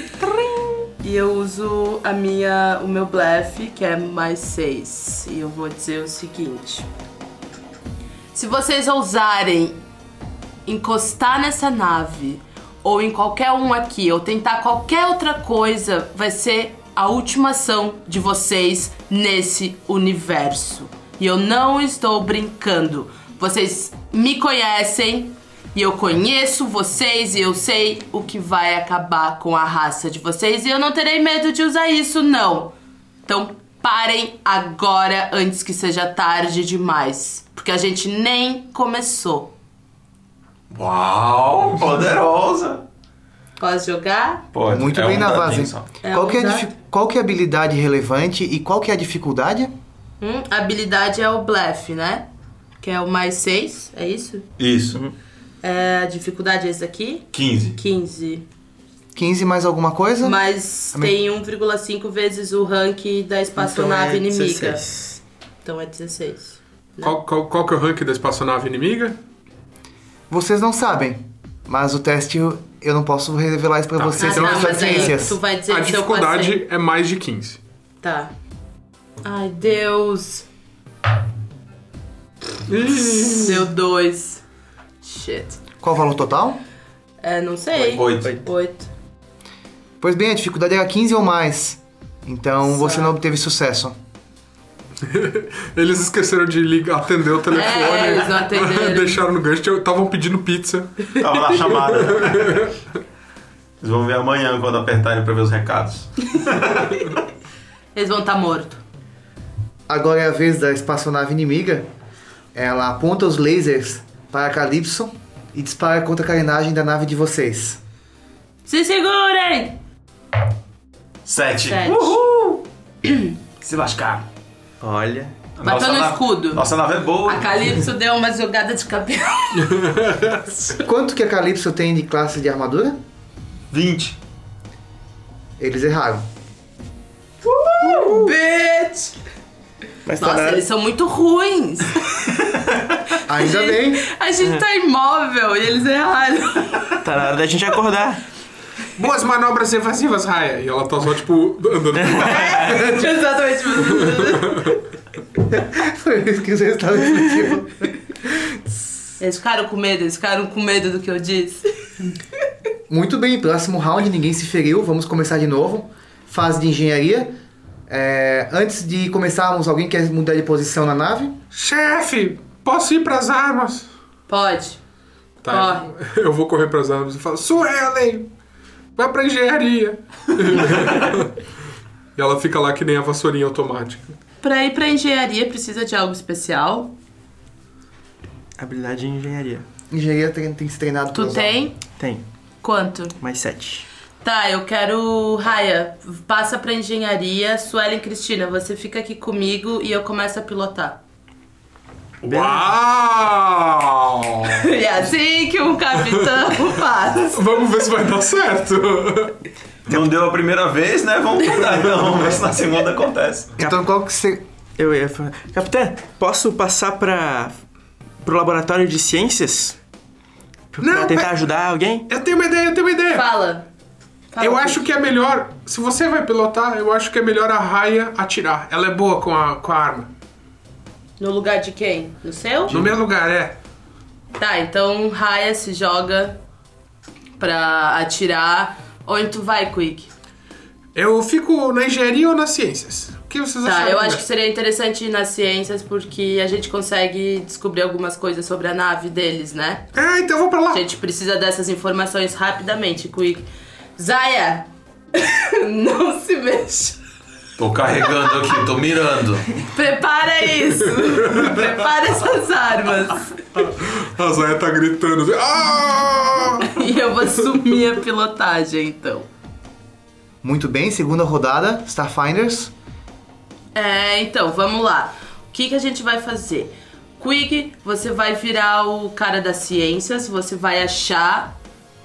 [SPEAKER 4] e eu uso a minha, o meu blefe, que é mais 6. E eu vou dizer o seguinte: Se vocês ousarem encostar nessa nave ou em qualquer um aqui ou tentar qualquer outra coisa, vai ser a última ação de vocês nesse universo. E eu não estou brincando. Vocês me conhecem e eu conheço vocês e eu sei o que vai acabar com a raça de vocês e eu não terei medo de usar isso, não. Então parem agora antes que seja tarde demais, porque a gente nem começou.
[SPEAKER 5] Uau! Poderosa!
[SPEAKER 4] Posso jogar?
[SPEAKER 5] Pode.
[SPEAKER 2] Muito
[SPEAKER 5] é
[SPEAKER 2] bem
[SPEAKER 5] um
[SPEAKER 2] na
[SPEAKER 5] dadinho
[SPEAKER 2] base.
[SPEAKER 5] só.
[SPEAKER 4] É
[SPEAKER 2] qual, que é a
[SPEAKER 4] um
[SPEAKER 2] difi- qual que é a habilidade relevante e qual que é a dificuldade?
[SPEAKER 4] Hum, a habilidade é o blefe, né? Que é o mais 6, é isso?
[SPEAKER 5] Isso.
[SPEAKER 4] É, a dificuldade é esse aqui?
[SPEAKER 5] 15.
[SPEAKER 4] 15.
[SPEAKER 2] 15 mais alguma coisa?
[SPEAKER 4] Mas tem 1,5 vezes o rank da espaçonave
[SPEAKER 3] Então é
[SPEAKER 4] inimiga.
[SPEAKER 3] 16.
[SPEAKER 4] Então é 16.
[SPEAKER 1] Qual, qual, qual que é o rank da espaçonave inimiga?
[SPEAKER 2] Vocês não sabem, mas o teste eu eu não posso revelar isso pra
[SPEAKER 4] Ah,
[SPEAKER 2] vocês,
[SPEAKER 1] então
[SPEAKER 2] senão
[SPEAKER 1] tá,
[SPEAKER 2] as
[SPEAKER 1] mas aí
[SPEAKER 2] ciências.
[SPEAKER 4] é tu vai dizer
[SPEAKER 1] a
[SPEAKER 4] que se eu
[SPEAKER 1] dificuldade
[SPEAKER 4] passei.
[SPEAKER 1] é mais de 15.
[SPEAKER 4] Tá. Ai, Deus. Deu 2. Shit.
[SPEAKER 2] Qual o valor total?
[SPEAKER 4] É, não sei.
[SPEAKER 5] Oito.
[SPEAKER 4] 8.
[SPEAKER 2] Pois bem, a dificuldade era 15 ou mais. Então você não obteve sucesso.
[SPEAKER 1] Eles esqueceram de ligar, atender o telefone.
[SPEAKER 4] É, eles não atenderam.
[SPEAKER 1] deixaram no gancho, estavam pedindo pizza.
[SPEAKER 5] Tava na chamada. Vocês vão ver amanhã quando apertarem pra ver os recados.
[SPEAKER 4] Eles vão estar tá mortos.
[SPEAKER 2] Agora é a vez da espaçonave inimiga. Ela aponta os lasers para Calypso e dispara contra a carenagem da nave de vocês.
[SPEAKER 4] Se segurem!
[SPEAKER 5] Sete.
[SPEAKER 4] Sete.
[SPEAKER 7] Se lascar.
[SPEAKER 3] Olha.
[SPEAKER 5] Nossa
[SPEAKER 4] Bateu no
[SPEAKER 5] nave-
[SPEAKER 4] escudo.
[SPEAKER 5] Nossa nave é boa.
[SPEAKER 4] A Calypso deu uma jogada de campeão.
[SPEAKER 2] Quanto que a Calypso tem de classe de armadura?
[SPEAKER 5] 20.
[SPEAKER 2] Eles erraram.
[SPEAKER 4] Bitch!
[SPEAKER 3] Mas tá
[SPEAKER 4] Nossa,
[SPEAKER 3] na...
[SPEAKER 4] eles são muito ruins.
[SPEAKER 2] Ainda bem.
[SPEAKER 4] A gente tá imóvel e eles erraram.
[SPEAKER 3] Tá na hora da gente acordar.
[SPEAKER 1] Boas manobras evasivas, Raya. E ela tá só, tipo, andando.
[SPEAKER 4] Exatamente.
[SPEAKER 2] Foi isso que vocês estavam discutindo.
[SPEAKER 4] Eles ficaram com medo, eles ficaram com medo do que eu disse.
[SPEAKER 2] Muito bem, próximo round, ninguém se feriu, vamos começar de novo. Fase de engenharia. É, antes de começarmos, alguém quer mudar de posição na nave?
[SPEAKER 1] Chefe, posso ir pras armas?
[SPEAKER 4] Pode.
[SPEAKER 1] Tá, eu vou correr pras armas e falo, Suelen, vai pra engenharia. e ela fica lá que nem a vassourinha automática.
[SPEAKER 4] Pra ir pra engenharia precisa de algo especial.
[SPEAKER 3] Habilidade de engenharia.
[SPEAKER 2] Engenharia tem, tem se treinado pra
[SPEAKER 4] Tu
[SPEAKER 2] usar.
[SPEAKER 4] tem
[SPEAKER 3] Tem.
[SPEAKER 4] quanto?
[SPEAKER 3] Mais sete.
[SPEAKER 4] Tá, eu quero. Raya, passa pra engenharia. Suelen Cristina, você fica aqui comigo e eu começo a pilotar.
[SPEAKER 1] Uau!
[SPEAKER 4] É assim que um capitão faz.
[SPEAKER 1] Vamos ver se vai dar certo.
[SPEAKER 5] Não deu a primeira vez, né? Vamos tentar então. Vamos ver se na segunda acontece.
[SPEAKER 2] Então qual que você.
[SPEAKER 3] Eu ia falar. Capitã, posso passar pra. pro laboratório de ciências? Pra
[SPEAKER 1] Não,
[SPEAKER 3] tentar
[SPEAKER 1] mas-
[SPEAKER 3] ajudar alguém?
[SPEAKER 1] Eu tenho uma ideia, eu tenho uma ideia.
[SPEAKER 4] Fala. Fala um
[SPEAKER 1] Eu
[SPEAKER 4] Pedro.
[SPEAKER 1] acho que é melhor, se você vai pilotar, eu acho que é melhor a Raya atirar. Ela é boa com a, com a arma.
[SPEAKER 4] No lugar de quem? No seu?
[SPEAKER 1] No meu lugar, é.
[SPEAKER 4] Tá, então Raya se joga pra atirar. Onde tu vai, Quick?
[SPEAKER 1] Eu fico na engenharia ou nas ciências? O que vocês acham?
[SPEAKER 4] Tá, eu acho que seria interessante ir nas ciências porque a gente consegue descobrir algumas coisas sobre a nave deles, né?
[SPEAKER 1] Ah, então eu vou pra lá.
[SPEAKER 4] A gente precisa dessas informações rapidamente, Quick. Zaya! Não se mexa.
[SPEAKER 5] Tô carregando aqui, tô mirando.
[SPEAKER 4] Prepara isso! Prepara essas armas!
[SPEAKER 1] A Zaya tá gritando. assim, "Ah!"
[SPEAKER 4] E eu vou sumir a pilotagem, então.
[SPEAKER 2] Muito bem, segunda rodada, Starfinders.
[SPEAKER 4] É, então, vamos lá. O que, que a gente vai fazer? Quick, você vai virar o cara das ciências, você vai achar.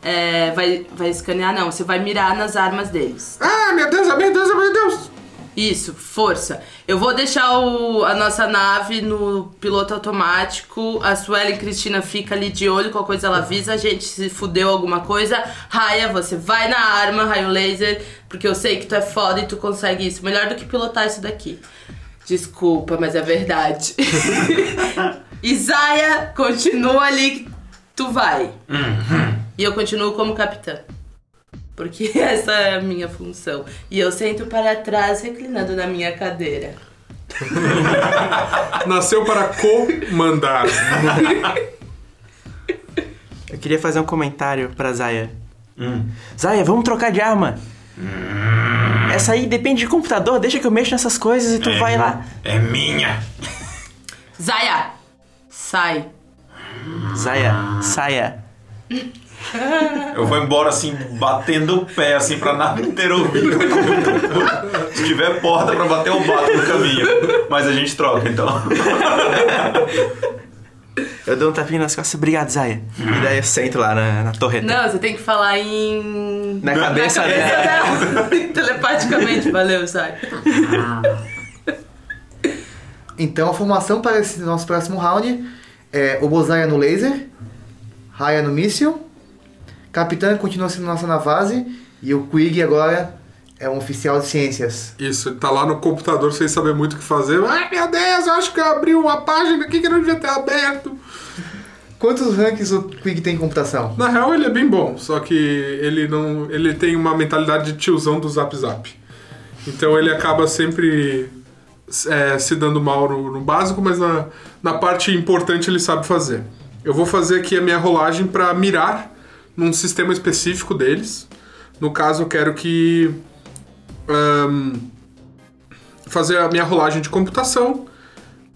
[SPEAKER 4] é, vai, vai escanear, não, você vai mirar nas armas deles.
[SPEAKER 1] Ah, meu Deus, ah, meu Deus, ah, meu Deus.
[SPEAKER 4] Isso, força. Eu vou deixar o- a nossa nave no piloto automático. A Suelen Cristina fica ali de olho, qualquer coisa ela avisa. A gente se fudeu alguma coisa. Raia, você vai na arma, raio laser, porque eu sei que tu é foda e tu consegue isso. Melhor do que pilotar isso daqui. Desculpa, mas é verdade. Isaia, continua ali que tu vai. E eu continuo como capitã. Porque essa é a minha função. E eu sento para trás, reclinando na minha cadeira.
[SPEAKER 1] Nasceu para comandar.
[SPEAKER 3] Eu queria fazer um comentário pra Zaya.
[SPEAKER 5] Hum.
[SPEAKER 3] Zaya, vamos trocar de arma. Essa aí depende de computador, deixa que eu mexo nessas coisas e tu vai lá.
[SPEAKER 5] É minha.
[SPEAKER 4] Zaya! Sai.
[SPEAKER 3] Zaya, saia.
[SPEAKER 5] Eu vou embora assim, batendo o pé, assim, pra nada inteira ouvir. Se tiver porta pra bater, eu bato no caminho. Mas a gente troca, então.
[SPEAKER 3] Eu dou um tapinha nas costas, obrigado, Zaya. E daí eu sento lá na, na torreta.
[SPEAKER 4] Não, você tem que falar em.
[SPEAKER 3] Na cabeça dela.
[SPEAKER 4] dela. Telepaticamente, valeu, sai.
[SPEAKER 2] Então a formação para esse nosso próximo round é Obozaya no laser, Raya no míssil, Capitã continua sendo nossa navase e o Quig agora é um oficial de ciências.
[SPEAKER 1] Isso, ele tá lá no computador sem saber muito o que fazer. Ai, meu Deus, eu acho que eu abri uma página aqui que eu não devia ter aberto.
[SPEAKER 2] Quantos ranks o Quig tem em computação?
[SPEAKER 1] Na real, ele é bem bom, só que ele não. Ele tem uma mentalidade de tiozão do Zap Zap. Então ele acaba sempre é, se dando mal no, no básico, mas na, na parte importante ele sabe fazer. Eu vou fazer aqui a minha rolagem para mirar num sistema específico deles. No caso, eu quero que. ahn, fazer a minha rolagem de computação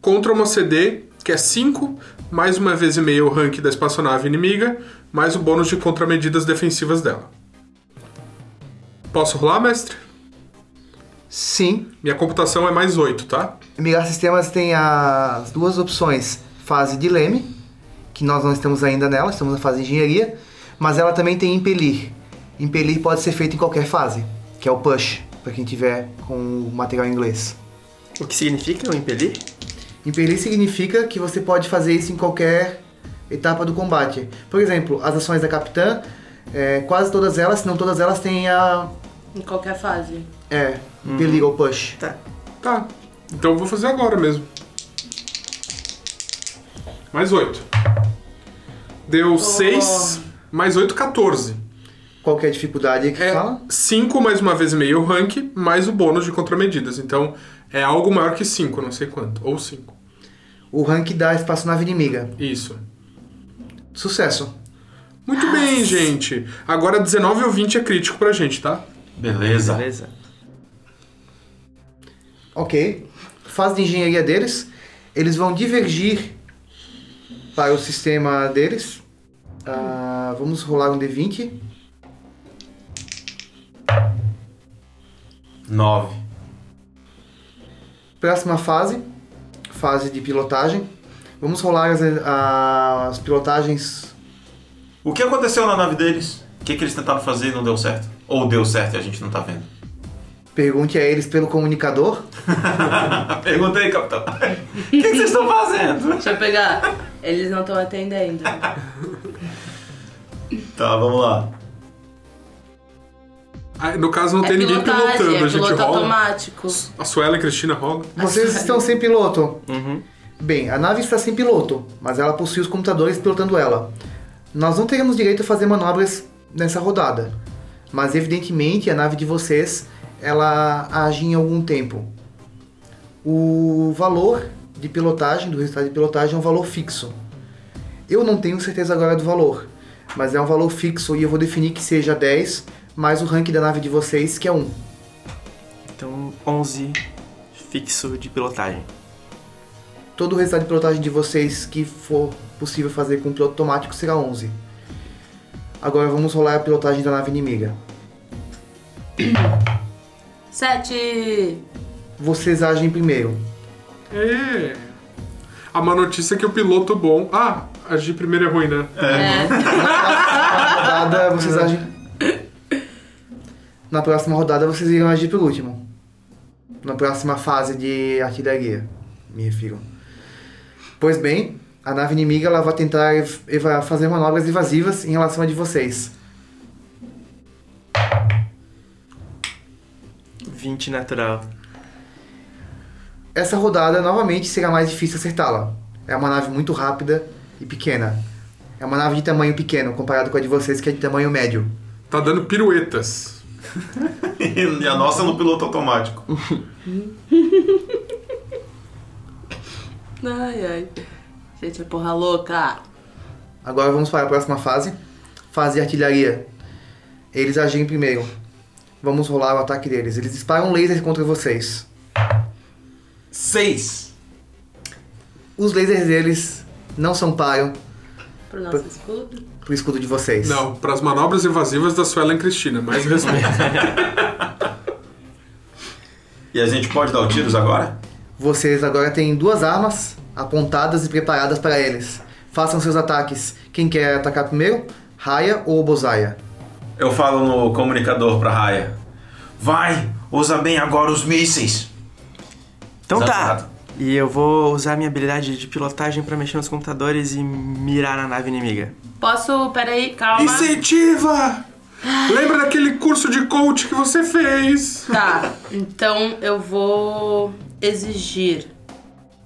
[SPEAKER 1] contra uma CD que é 5, mais uma vez e meia o rank da espaçonave inimiga, mais o bônus de contramedidas defensivas dela. Posso rolar, mestre?
[SPEAKER 2] Sim.
[SPEAKER 1] Minha computação é mais 8, tá?
[SPEAKER 2] Migrar sistemas tem as duas opções: fase de leme, que nós não estamos ainda nela, estamos na fase de engenharia, mas ela também tem impelir. Impelir pode ser feito em qualquer fase, que é o push, para quem tiver com o material em inglês.
[SPEAKER 3] O que significa o impelir?
[SPEAKER 2] Impelir significa que você pode fazer isso em qualquer etapa do combate. Por exemplo, as ações da capitã, é, quase todas elas, se não todas elas, têm a.
[SPEAKER 4] Em qualquer fase.
[SPEAKER 2] É, impelir ou push.
[SPEAKER 3] Tá.
[SPEAKER 1] Tá. Então eu vou fazer agora mesmo. Mais 8. Deu 6, mais 8, 14.
[SPEAKER 2] Qual que é a dificuldade que
[SPEAKER 1] É
[SPEAKER 2] fala?
[SPEAKER 1] 5 mais uma vez e meio o rank, mais o bônus de contramedidas. Então é algo maior que 5, não sei quanto. Ou 5.
[SPEAKER 2] O rank da espaçonave inimiga.
[SPEAKER 1] Isso.
[SPEAKER 2] Sucesso.
[SPEAKER 1] Muito bem, gente. Agora 19 ou 20 é crítico pra gente, tá?
[SPEAKER 5] Beleza.
[SPEAKER 3] Beleza.
[SPEAKER 2] Ok. Fase de engenharia deles. Eles vão divergir para o sistema deles. Ah, vamos rolar um D20.
[SPEAKER 5] 9.
[SPEAKER 2] Próxima fase, fase de pilotagem. Vamos rolar as, as pilotagens.
[SPEAKER 5] O que aconteceu na nave deles? O que, que eles tentaram fazer e não deu certo? Ou deu certo e a gente não tá vendo?
[SPEAKER 2] Pergunte a eles pelo comunicador.
[SPEAKER 5] Perguntei, capitão. O que, que vocês estão fazendo?
[SPEAKER 4] Deixa eu pegar. Eles não estão atendendo.
[SPEAKER 5] Tá, vamos lá.
[SPEAKER 1] Ah, No caso, não tem ninguém pilotando,
[SPEAKER 4] é
[SPEAKER 1] a gente
[SPEAKER 4] piloto
[SPEAKER 1] rola.
[SPEAKER 4] automático.
[SPEAKER 1] A Suela e a Cristina rola.
[SPEAKER 2] Vocês estão sem piloto.
[SPEAKER 3] Uhum.
[SPEAKER 2] Bem, a nave está sem piloto, mas ela possui os computadores pilotando ela. Nós não teremos direito a fazer manobras nessa rodada, mas evidentemente a nave de vocês ela age em algum tempo. O valor de pilotagem, do resultado de pilotagem, é um valor fixo. Eu não tenho certeza agora do valor, mas é um valor fixo e eu vou definir que seja 10 mais o rank da nave de vocês, que é 1.
[SPEAKER 3] Então, 11 fixo de pilotagem.
[SPEAKER 2] Todo o resultado de pilotagem de vocês que for possível fazer com piloto automático será 11. Agora vamos rolar a pilotagem da nave inimiga.
[SPEAKER 4] Sete.
[SPEAKER 2] Vocês agem primeiro.
[SPEAKER 1] É. A má notícia é que o piloto bom. Ah, agir primeiro é ruim, né?
[SPEAKER 4] É.
[SPEAKER 2] Na rodada vocês agem. Na próxima rodada vocês irão agir por último. Na próxima fase de artilharia, me refiro. Pois bem, a nave inimiga ela vai tentar ev- eva- fazer manobras evasivas em relação a de vocês.
[SPEAKER 3] 20 natural.
[SPEAKER 2] Essa rodada novamente será mais difícil acertá-la. É uma nave muito rápida e pequena. É uma nave de tamanho pequeno comparado com a de vocês que é de tamanho médio.
[SPEAKER 1] Tá dando piruetas.
[SPEAKER 5] E a nossa é no piloto automático.
[SPEAKER 4] Ai, ai. Gente, é porra louca.
[SPEAKER 2] Agora vamos para a próxima fase. Fase de artilharia. Eles agem primeiro. Vamos rolar o ataque deles. Eles disparam lasers contra vocês.
[SPEAKER 5] 6.
[SPEAKER 2] Os lasers deles não são paro
[SPEAKER 4] Pro nosso escudo.
[SPEAKER 2] pro escudo de vocês.
[SPEAKER 1] Não, pras manobras evasivas da Suela e Cristina, mais respeito.
[SPEAKER 5] E a gente pode dar o tiros agora?
[SPEAKER 2] Vocês agora têm duas armas apontadas e preparadas para eles. Façam seus ataques. Quem quer atacar primeiro? Raya ou Bozaya?
[SPEAKER 5] Eu falo no comunicador pra Raya. Vai, usa bem agora os mísseis.
[SPEAKER 3] Então tá.
[SPEAKER 5] Exato.
[SPEAKER 3] E eu vou usar minha habilidade de pilotagem pra mexer nos computadores e mirar na nave inimiga.
[SPEAKER 4] Posso. Peraí, calma.
[SPEAKER 1] Incentiva! Lembra daquele curso de coach que você fez?
[SPEAKER 4] Tá, então eu vou exigir,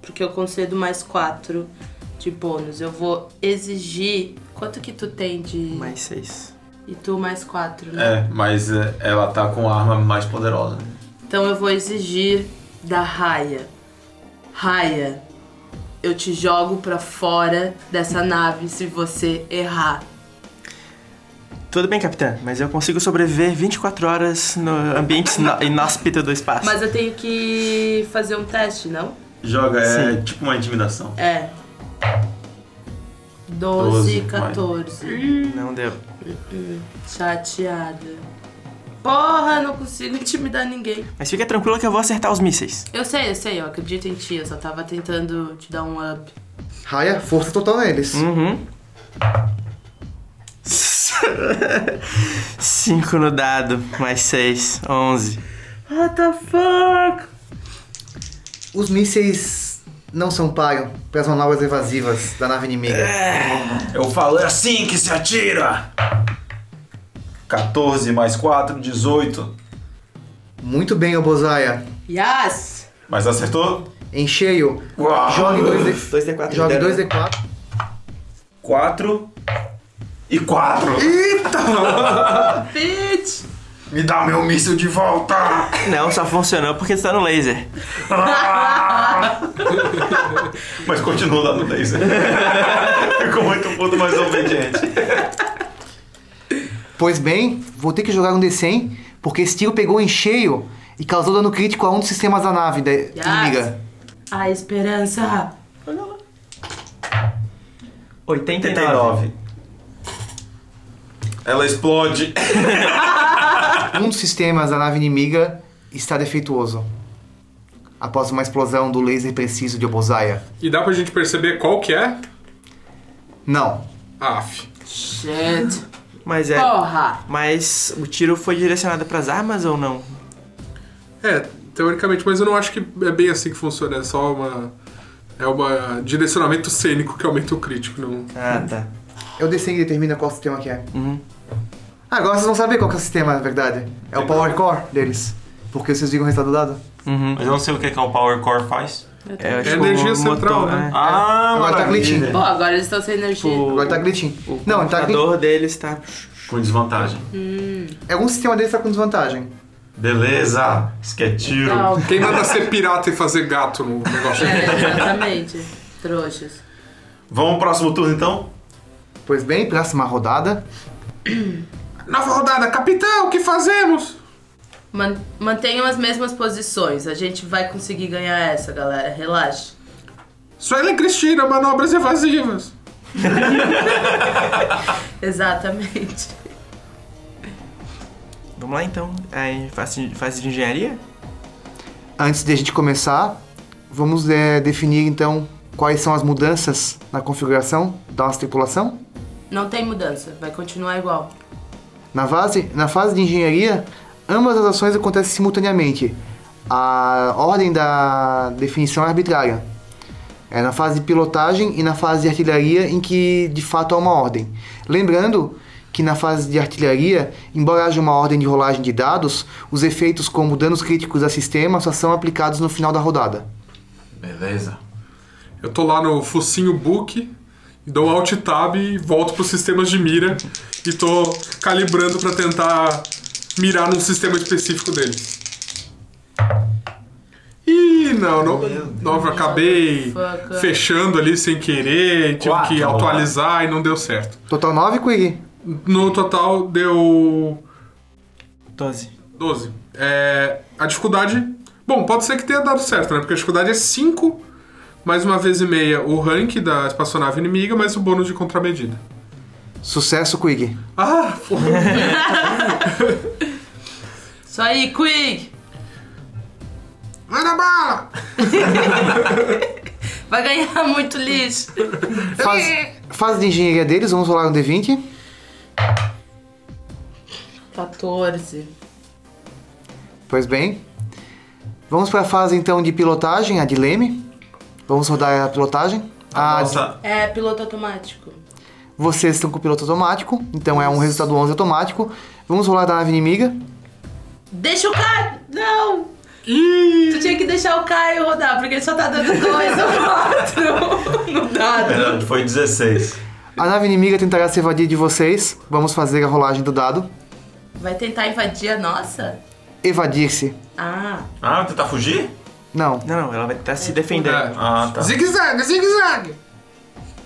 [SPEAKER 4] porque eu concedo mais quatro de bônus. Eu vou exigir. Quanto que tu tem de.
[SPEAKER 3] Mais 6.
[SPEAKER 4] E tu mais quatro, né?
[SPEAKER 5] É, mas é, ela tá com a arma mais poderosa. né?
[SPEAKER 4] Então eu vou exigir da Raya. Raya, eu te jogo pra fora dessa nave se você errar.
[SPEAKER 3] Tudo bem, capitã, mas eu consigo sobreviver 24 horas no ambiente ino- inóspito do espaço.
[SPEAKER 4] Mas eu tenho que fazer um teste, não?
[SPEAKER 5] Joga, é tipo uma intimidação.
[SPEAKER 4] É. 12,
[SPEAKER 5] Doze, vai.
[SPEAKER 4] 14.
[SPEAKER 3] Não deu.
[SPEAKER 4] Chateada. Porra, não consigo intimidar ninguém.
[SPEAKER 3] Mas fica tranquila que eu vou acertar os mísseis.
[SPEAKER 4] Eu sei, eu sei, eu acredito em ti, eu só tava tentando te dar um up.
[SPEAKER 6] Raia, força total neles.
[SPEAKER 3] Uhum. Cinco no dado, mais seis, onze.
[SPEAKER 4] What the fuck?
[SPEAKER 6] Os mísseis não são pagos para as manobras evasivas da nave inimiga.
[SPEAKER 5] Eu falo, é assim que se atira! 14 mais 4, 18.
[SPEAKER 6] Muito bem, Obozaia.
[SPEAKER 4] Yes!
[SPEAKER 5] Mas acertou?
[SPEAKER 6] Em cheio,
[SPEAKER 5] Uau.
[SPEAKER 6] jogue 2D4.
[SPEAKER 3] 2D4 de
[SPEAKER 6] Jogue
[SPEAKER 3] dano.
[SPEAKER 6] 2D4.
[SPEAKER 5] 4 e 4.
[SPEAKER 4] Bitch!
[SPEAKER 5] Me dá meu míssil de volta!
[SPEAKER 3] Não, só funcionou porque está no laser.
[SPEAKER 5] Mas continua lá no laser. Ficou muito puto, mas obediente.
[SPEAKER 2] Pois bem, vou ter que jogar um D100, porque esse tiro pegou em cheio e causou dano crítico a um dos sistemas da nave da inimiga.
[SPEAKER 4] A esperança!
[SPEAKER 3] 89.
[SPEAKER 5] 39. Ela explode.
[SPEAKER 2] Um dos sistemas da nave inimiga está defeituoso. Após uma explosão do laser preciso de Obozaia.
[SPEAKER 1] E dá pra gente perceber qual que é? Ah,
[SPEAKER 2] Não.
[SPEAKER 1] Af.
[SPEAKER 4] Shit!
[SPEAKER 3] Mas é.
[SPEAKER 4] Porra!
[SPEAKER 3] Mas o tiro foi direcionado pras armas ou não?
[SPEAKER 1] É, teoricamente, mas eu não acho que é bem assim que funciona. É só uma. É um direcionamento cênico que aumenta o crítico. Não.
[SPEAKER 3] Ah, tá.
[SPEAKER 2] É o D100 que determina qual sistema que é.
[SPEAKER 3] Uhum.
[SPEAKER 2] Agora vocês vão saber qual que é o sistema, na verdade. É o Power Core deles. Porque vocês viram o resultado do dado.
[SPEAKER 3] Uhum.
[SPEAKER 5] Mas eu não sei o que, que o Power Core faz.
[SPEAKER 3] É, acho que
[SPEAKER 1] energia
[SPEAKER 3] o
[SPEAKER 1] central, né?
[SPEAKER 3] é.
[SPEAKER 5] Ah,
[SPEAKER 2] Agora tá
[SPEAKER 5] maravilha.
[SPEAKER 2] glitching.
[SPEAKER 4] Pô, agora eles estão sem energia.
[SPEAKER 2] Agora tá glitching.
[SPEAKER 3] O
[SPEAKER 2] Não, ele tá glitching.
[SPEAKER 3] computador deles tá.
[SPEAKER 5] Com desvantagem.
[SPEAKER 2] Algum sistema deles tá com desvantagem.
[SPEAKER 5] Beleza. Isso que é tiro.
[SPEAKER 4] Não,
[SPEAKER 1] Tem nada a ser pirata e fazer gato no negócio.
[SPEAKER 4] é, exatamente. Trouxas.
[SPEAKER 5] Vamos pro próximo turno, então?
[SPEAKER 2] Pois bem, próxima rodada.
[SPEAKER 1] Nova rodada, capitão, o que fazemos?
[SPEAKER 4] Man- mantenham as mesmas posições. A gente vai conseguir ganhar essa, galera. Relaxa.
[SPEAKER 1] Suelen Cristina, manobras evasivas.
[SPEAKER 4] Exatamente.
[SPEAKER 3] Vamos lá então. Aí, fase, de- fase de engenharia?
[SPEAKER 2] Antes de a gente começar, vamos é, definir então quais são as mudanças na configuração da nossa tripulação.
[SPEAKER 4] Não tem mudança, vai continuar igual.
[SPEAKER 2] Na fase, na fase de engenharia, ambas as ações acontecem simultaneamente. A ordem da definição é arbitrária. É na fase de pilotagem e na fase de artilharia em que de fato há uma ordem. Lembrando que na fase de artilharia, embora haja uma ordem de rolagem de dados, os efeitos como danos críticos a sistema só são aplicados no final da rodada.
[SPEAKER 5] Beleza.
[SPEAKER 1] Eu tô lá no focinho book, dou um alt tab e volto pros sistemas de mira e tô calibrando pra tentar mirar num sistema específico deles. Ih, não, não, não acabei
[SPEAKER 4] Fuck.
[SPEAKER 1] fechando ali sem querer, tive
[SPEAKER 5] Quatro,
[SPEAKER 1] que
[SPEAKER 5] vamos lá.
[SPEAKER 1] atualizar e não deu certo.
[SPEAKER 2] Total 9, Quiri?
[SPEAKER 1] No total deu
[SPEAKER 3] 12.
[SPEAKER 1] 12. É, a dificuldade. Bom, pode ser que tenha dado certo, né? Porque a dificuldade é 5, mais uma vez e meia o rank da espaçonave inimiga, mais o bônus de contramedida.
[SPEAKER 2] Sucesso, Quig.
[SPEAKER 1] Ah, pô.
[SPEAKER 4] Isso aí, Quig!
[SPEAKER 1] Manda bala!
[SPEAKER 4] Vai ganhar muito lixo.
[SPEAKER 2] Fase, fase de engenharia deles, vamos rolar um D20.
[SPEAKER 4] 14.
[SPEAKER 2] Pois bem. Vamos para a fase então de pilotagem, a de leme. Vamos rodar a pilotagem. A
[SPEAKER 5] Nossa,
[SPEAKER 4] É piloto automático.
[SPEAKER 2] Vocês estão com o piloto automático, então é um resultado 11 automático. Vamos rolar da nave inimiga.
[SPEAKER 4] Deixa o Caio! Não!
[SPEAKER 1] Ih!
[SPEAKER 4] Tu tinha que deixar o Caio rodar, porque ele só tá dando dois ou quatro né? no dado.
[SPEAKER 5] verdade, foi 16.
[SPEAKER 2] A nave inimiga tentará se evadir de vocês. Vamos fazer a rolagem do dado.
[SPEAKER 4] Vai tentar invadir a nossa?
[SPEAKER 2] Evadir-se.
[SPEAKER 4] Ah,
[SPEAKER 5] Ah, vai tentar fugir?
[SPEAKER 2] Não.
[SPEAKER 3] Não, não, ela vai tentar se defender.
[SPEAKER 1] É.
[SPEAKER 5] Ah, tá.
[SPEAKER 1] Zigue-zague, zigue-zague!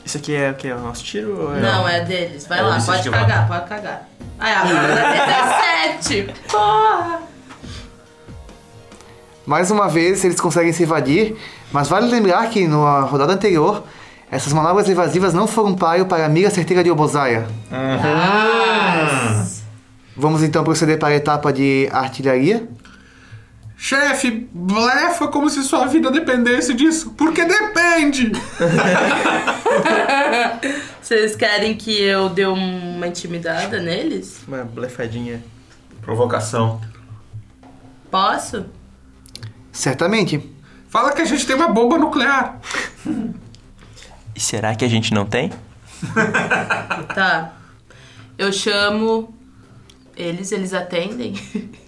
[SPEAKER 3] Isso aqui é o quê? O nosso tiro? Ou é...
[SPEAKER 4] não, é deles. Vai
[SPEAKER 5] É,
[SPEAKER 4] lá,
[SPEAKER 5] eles
[SPEAKER 4] pode
[SPEAKER 5] esquivaram.
[SPEAKER 4] cagar, pode cagar. Ai, agora é 17! Porra!
[SPEAKER 2] Mais uma vez, eles conseguem se evadir, mas vale lembrar que na rodada anterior Essas manobras evasivas não foram páreo para a mira certeira de Obozaya. Vamos então proceder para a etapa de artilharia.
[SPEAKER 1] Chefe, blefa como se sua vida dependesse disso. Porque depende!
[SPEAKER 4] Vocês querem que eu dê uma intimidada neles?
[SPEAKER 3] Uma blefadinha.
[SPEAKER 5] Provocação.
[SPEAKER 4] Posso?
[SPEAKER 2] Certamente.
[SPEAKER 1] Fala que a gente tem uma bomba nuclear.
[SPEAKER 3] E será que a gente não tem?
[SPEAKER 4] Tá. Eu chamo eles, eles atendem.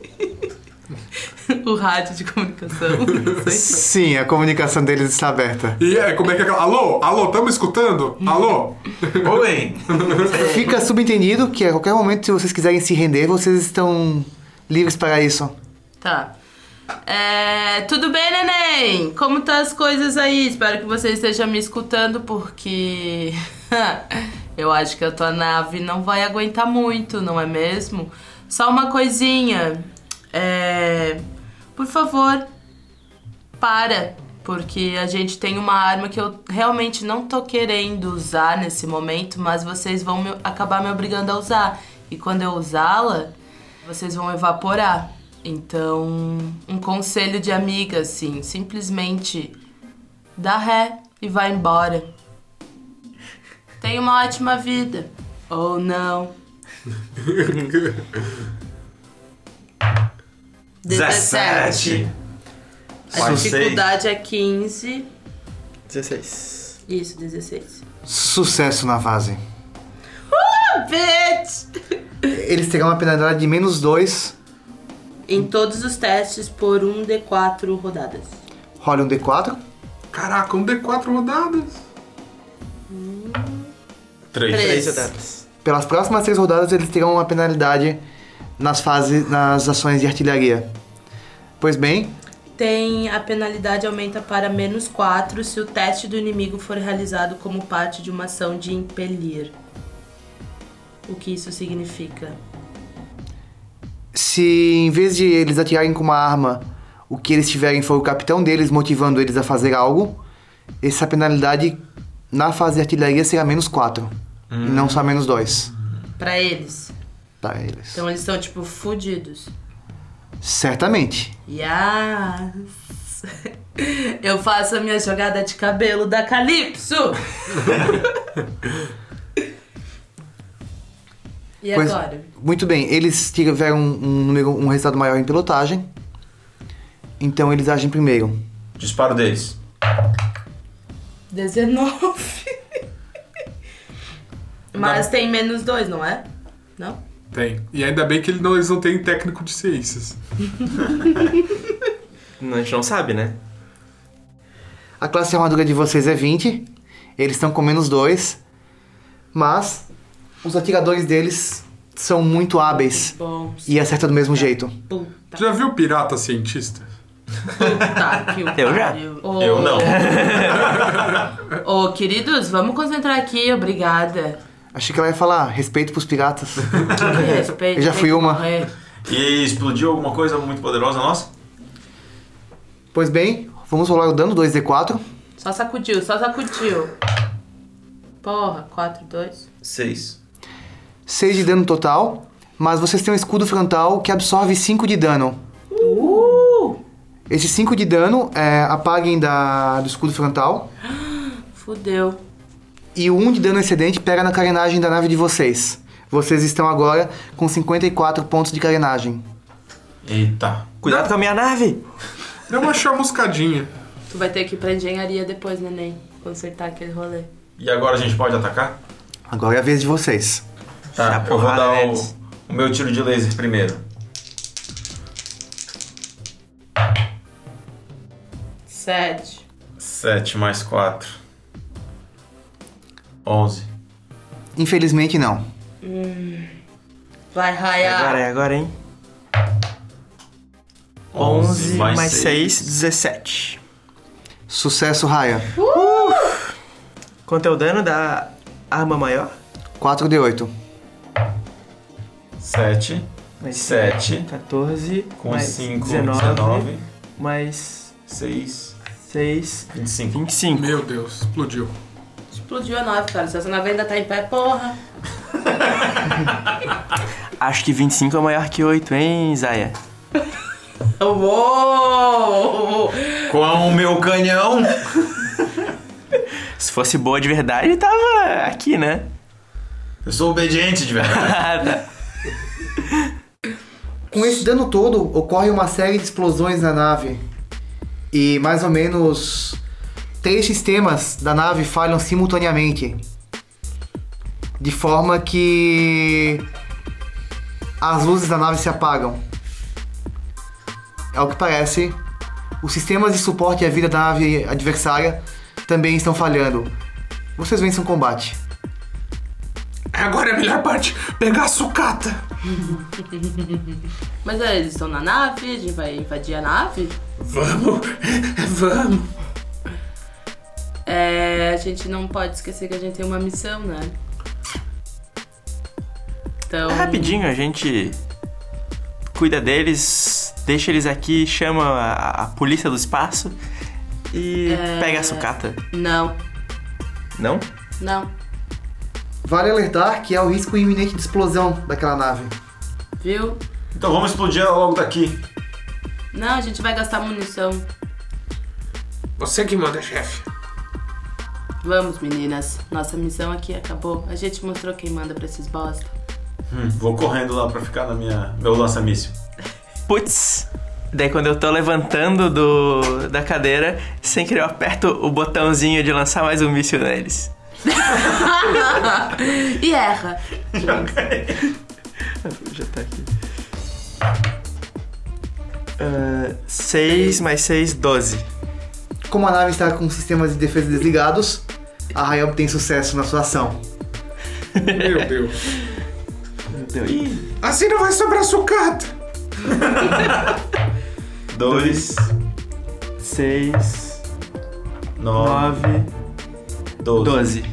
[SPEAKER 4] o rádio de comunicação. não sei.
[SPEAKER 2] Sim, a comunicação deles está aberta.
[SPEAKER 1] E é, como é que é aquela. Alô? Alô, tamo escutando? Alô?
[SPEAKER 5] Oi!
[SPEAKER 2] Fica subentendido que a qualquer momento, se vocês quiserem se render, vocês estão livres para isso.
[SPEAKER 4] Tá. É, tudo bem, neném? Como tá as coisas aí? Espero que você esteja me escutando, porque eu acho que a tua nave não vai aguentar muito, não é mesmo? Só uma coisinha. É, por favor, para. Porque a gente tem uma arma que eu realmente não tô querendo usar nesse momento, mas vocês vão me- acabar me obrigando a usar. E quando eu usá-la, vocês vão evaporar. Então, um conselho de amiga, assim, simplesmente dá ré e vai embora. Tenha uma ótima vida. Ou não. 17. A
[SPEAKER 5] Sucesso.
[SPEAKER 4] dificuldade é 15.
[SPEAKER 3] 16.
[SPEAKER 4] Isso, 16.
[SPEAKER 2] Sucesso na fase.
[SPEAKER 4] Bitch!
[SPEAKER 2] Eles terão uma penalidade de menos 2.
[SPEAKER 4] Em todos os testes por um D4 rodadas.
[SPEAKER 2] Role um D4.
[SPEAKER 1] Caraca, um D4 rodadas.
[SPEAKER 5] Três.
[SPEAKER 4] Três.
[SPEAKER 3] Três rodadas.
[SPEAKER 2] Pelas próximas três rodadas, eles terão uma penalidade nas fases, nas ações de artilharia. Pois bem,
[SPEAKER 4] Tem a penalidade aumenta para menos 4 se o teste do inimigo for realizado como parte de uma ação de impelir. O que isso significa?
[SPEAKER 2] se em vez de eles atirarem com uma arma, o que eles tiverem for o capitão deles motivando eles a fazer algo, essa penalidade na fase de artilharia será menos 4. E não só menos 2
[SPEAKER 4] Pra eles.
[SPEAKER 2] para eles.
[SPEAKER 4] Então eles são tipo fudidos.
[SPEAKER 2] Certamente.
[SPEAKER 4] Yes! Eu faço a minha jogada de cabelo da Calypso! e
[SPEAKER 2] Pois-
[SPEAKER 4] agora?
[SPEAKER 2] Muito bem, eles tiveram um, um número, um resultado maior em pilotagem. Então eles agem primeiro.
[SPEAKER 5] Disparo deles.
[SPEAKER 4] 19. Mas tem menos dois, não é? Não?
[SPEAKER 1] Tem. E ainda bem que ele não- eles não têm técnico de ciências.
[SPEAKER 3] Não, A gente não sabe, né?
[SPEAKER 2] A classe de armadura de vocês é 20. Eles estão com menos 2. Mas os atiradores deles são muito hábeis.
[SPEAKER 4] Bom,
[SPEAKER 2] E acerta do mesmo jeito.
[SPEAKER 4] puta,
[SPEAKER 1] Já viu pirata cientista?
[SPEAKER 4] puta que o
[SPEAKER 3] Eu já.
[SPEAKER 4] pariu. Ô,
[SPEAKER 5] Eu não.
[SPEAKER 4] Ô, queridos, vamos concentrar aqui, obrigada.
[SPEAKER 2] Achei que ela ia falar respeito pros piratas.
[SPEAKER 4] Me respeito.
[SPEAKER 2] Eu já
[SPEAKER 4] tem
[SPEAKER 2] fui
[SPEAKER 4] que
[SPEAKER 2] uma.
[SPEAKER 4] morrer.
[SPEAKER 5] E explodiu alguma coisa muito poderosa nossa?
[SPEAKER 2] pois bem, vamos rolar o dano 2d4.
[SPEAKER 4] Só sacudiu, só sacudiu. Porra, 4, 2.
[SPEAKER 5] Seis.
[SPEAKER 2] 6 de dano total. Mas vocês têm um escudo frontal que absorve 5 de dano.
[SPEAKER 4] Uh!
[SPEAKER 2] Esses 5 de dano é, apaguem da, do escudo frontal.
[SPEAKER 4] Fudeu.
[SPEAKER 2] E o 1 de dano excedente pega na carenagem da nave de vocês. Vocês estão agora com 54 pontos de carenagem.
[SPEAKER 5] Eita.
[SPEAKER 3] Cuidado com a minha nave!
[SPEAKER 1] Dá uma chamuscadinha.
[SPEAKER 4] Tu vai ter que ir pra engenharia depois, neném. Consertar aquele rolê.
[SPEAKER 5] E agora a gente pode atacar?
[SPEAKER 2] Agora é a vez de vocês.
[SPEAKER 3] Dá
[SPEAKER 5] Tá, eu vou
[SPEAKER 3] porrada
[SPEAKER 5] dar o,
[SPEAKER 3] neles.
[SPEAKER 5] o meu tiro de laser primeiro.
[SPEAKER 4] 7.
[SPEAKER 5] 7 mais 4. 11.
[SPEAKER 2] Infelizmente não.
[SPEAKER 4] Vai
[SPEAKER 3] Agora
[SPEAKER 4] raiar.
[SPEAKER 3] é, agora, hein? 11 mais,
[SPEAKER 5] seis.
[SPEAKER 3] 6. 17.
[SPEAKER 2] Sucesso, Raya.
[SPEAKER 3] Quanto é o dano da arma maior?
[SPEAKER 2] 4d8.
[SPEAKER 5] 7
[SPEAKER 3] Mais
[SPEAKER 5] Sete.
[SPEAKER 3] 14.
[SPEAKER 5] com
[SPEAKER 3] mais
[SPEAKER 5] 5,
[SPEAKER 3] 19,
[SPEAKER 5] 19,
[SPEAKER 3] Mais
[SPEAKER 5] 6,
[SPEAKER 3] 6.
[SPEAKER 5] 25.
[SPEAKER 3] 25.
[SPEAKER 1] Meu Deus, explodiu.
[SPEAKER 4] Explodiu a nave, cara. Se essa nave ainda tá em pé, porra.
[SPEAKER 3] Acho que 25 é maior que 8, hein, Zaya?
[SPEAKER 4] Uou!
[SPEAKER 5] Com o meu canhão.
[SPEAKER 3] Se fosse boa de verdade, tava aqui, né?
[SPEAKER 5] Eu sou obediente de verdade.
[SPEAKER 2] Com esse dano todo, ocorre uma série de explosões na nave. E mais ou menos três sistemas da nave falham simultaneamente. De forma que as luzes da nave se apagam. Ao que parece, os sistemas de suporte à vida da nave adversária também estão falhando. Vocês vencem o combate.
[SPEAKER 7] Agora é a melhor parte. Pegar a sucata.
[SPEAKER 4] Mas é, eles estão na nave, a gente vai invadir a nave.
[SPEAKER 7] Vamos, vamos.
[SPEAKER 4] É, a gente não pode esquecer que a gente tem uma missão, né? Então.
[SPEAKER 3] É rapidinho, a gente cuida deles, deixa eles aqui, chama a, a polícia do espaço e pega a sucata.
[SPEAKER 4] Não,
[SPEAKER 3] Não?
[SPEAKER 4] não.
[SPEAKER 2] Vale alertar que há o risco iminente de explosão daquela nave.
[SPEAKER 4] Viu?
[SPEAKER 5] Então vamos explodir ela logo daqui.
[SPEAKER 4] Não, a gente vai gastar munição.
[SPEAKER 7] Você que manda, chefe.
[SPEAKER 4] Vamos, meninas. Nossa missão aqui acabou. A gente mostrou quem manda pra esses bosta.
[SPEAKER 5] Hum, vou correndo lá pra ficar na minha meu lança-míssil.
[SPEAKER 3] Putz! Daí quando eu tô levantando do, da cadeira, sem querer eu aperto o botãozinho de lançar mais um míssil neles.
[SPEAKER 4] e erra.
[SPEAKER 3] Já tá aqui. 6 Ah, mais 6, 12.
[SPEAKER 2] Como a nave está com sistemas de defesa desligados, a Rai obtém sucesso na sua ação.
[SPEAKER 1] Meu Deus.
[SPEAKER 7] Assim não vai sobrar sucata.
[SPEAKER 5] Dois,
[SPEAKER 3] 6,
[SPEAKER 5] nove,
[SPEAKER 3] 9,
[SPEAKER 5] doze.
[SPEAKER 3] 12.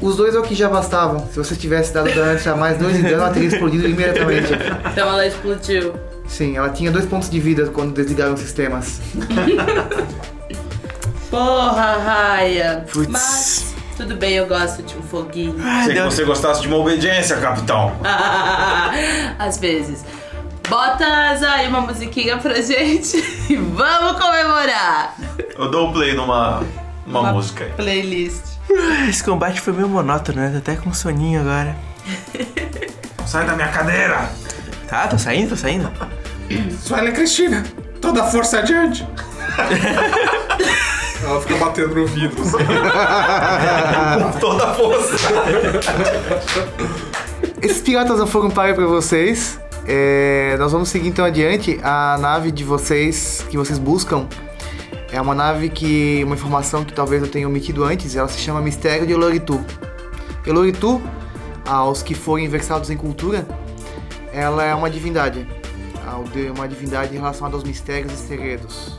[SPEAKER 2] Os dois é o que já bastavam. Se você tivesse dado dano a mais dois de dano, ela teria explodido imediatamente.
[SPEAKER 4] Então ela explodiu.
[SPEAKER 2] Sim, ela tinha dois pontos de vida quando desligaram os sistemas.
[SPEAKER 4] Porra, Raia.
[SPEAKER 3] Putz.
[SPEAKER 4] Mas tudo bem, eu gosto de um foguinho.
[SPEAKER 5] Sei que você gostasse de uma obediência, capitão.
[SPEAKER 4] Às vezes. Bota aí uma musiquinha pra gente e vamos comemorar.
[SPEAKER 5] Eu dou play numa uma
[SPEAKER 4] Uma
[SPEAKER 5] música aí.
[SPEAKER 4] Playlist.
[SPEAKER 3] Ah, Esse combate foi meio monótono, né? Tô até com soninho agora.
[SPEAKER 7] Sai da minha cadeira.
[SPEAKER 3] Tá, tô saindo, tô saindo.
[SPEAKER 7] Suelen Cristina. Toda força adiante.
[SPEAKER 1] Ela fica batendo no vidro. assim.
[SPEAKER 5] Toda a força.
[SPEAKER 2] Esses piratas não foram páreo pra vocês. É, nós vamos seguir então adiante. A nave de vocês, que vocês buscam, é uma nave que. Uma informação que talvez eu tenha omitido antes. Ela se chama Mistério de Eloritu. Eloritu, aos que forem versados em cultura, ela é uma divindade. Ao de- Uma divindade relacionada aos mistérios e segredos.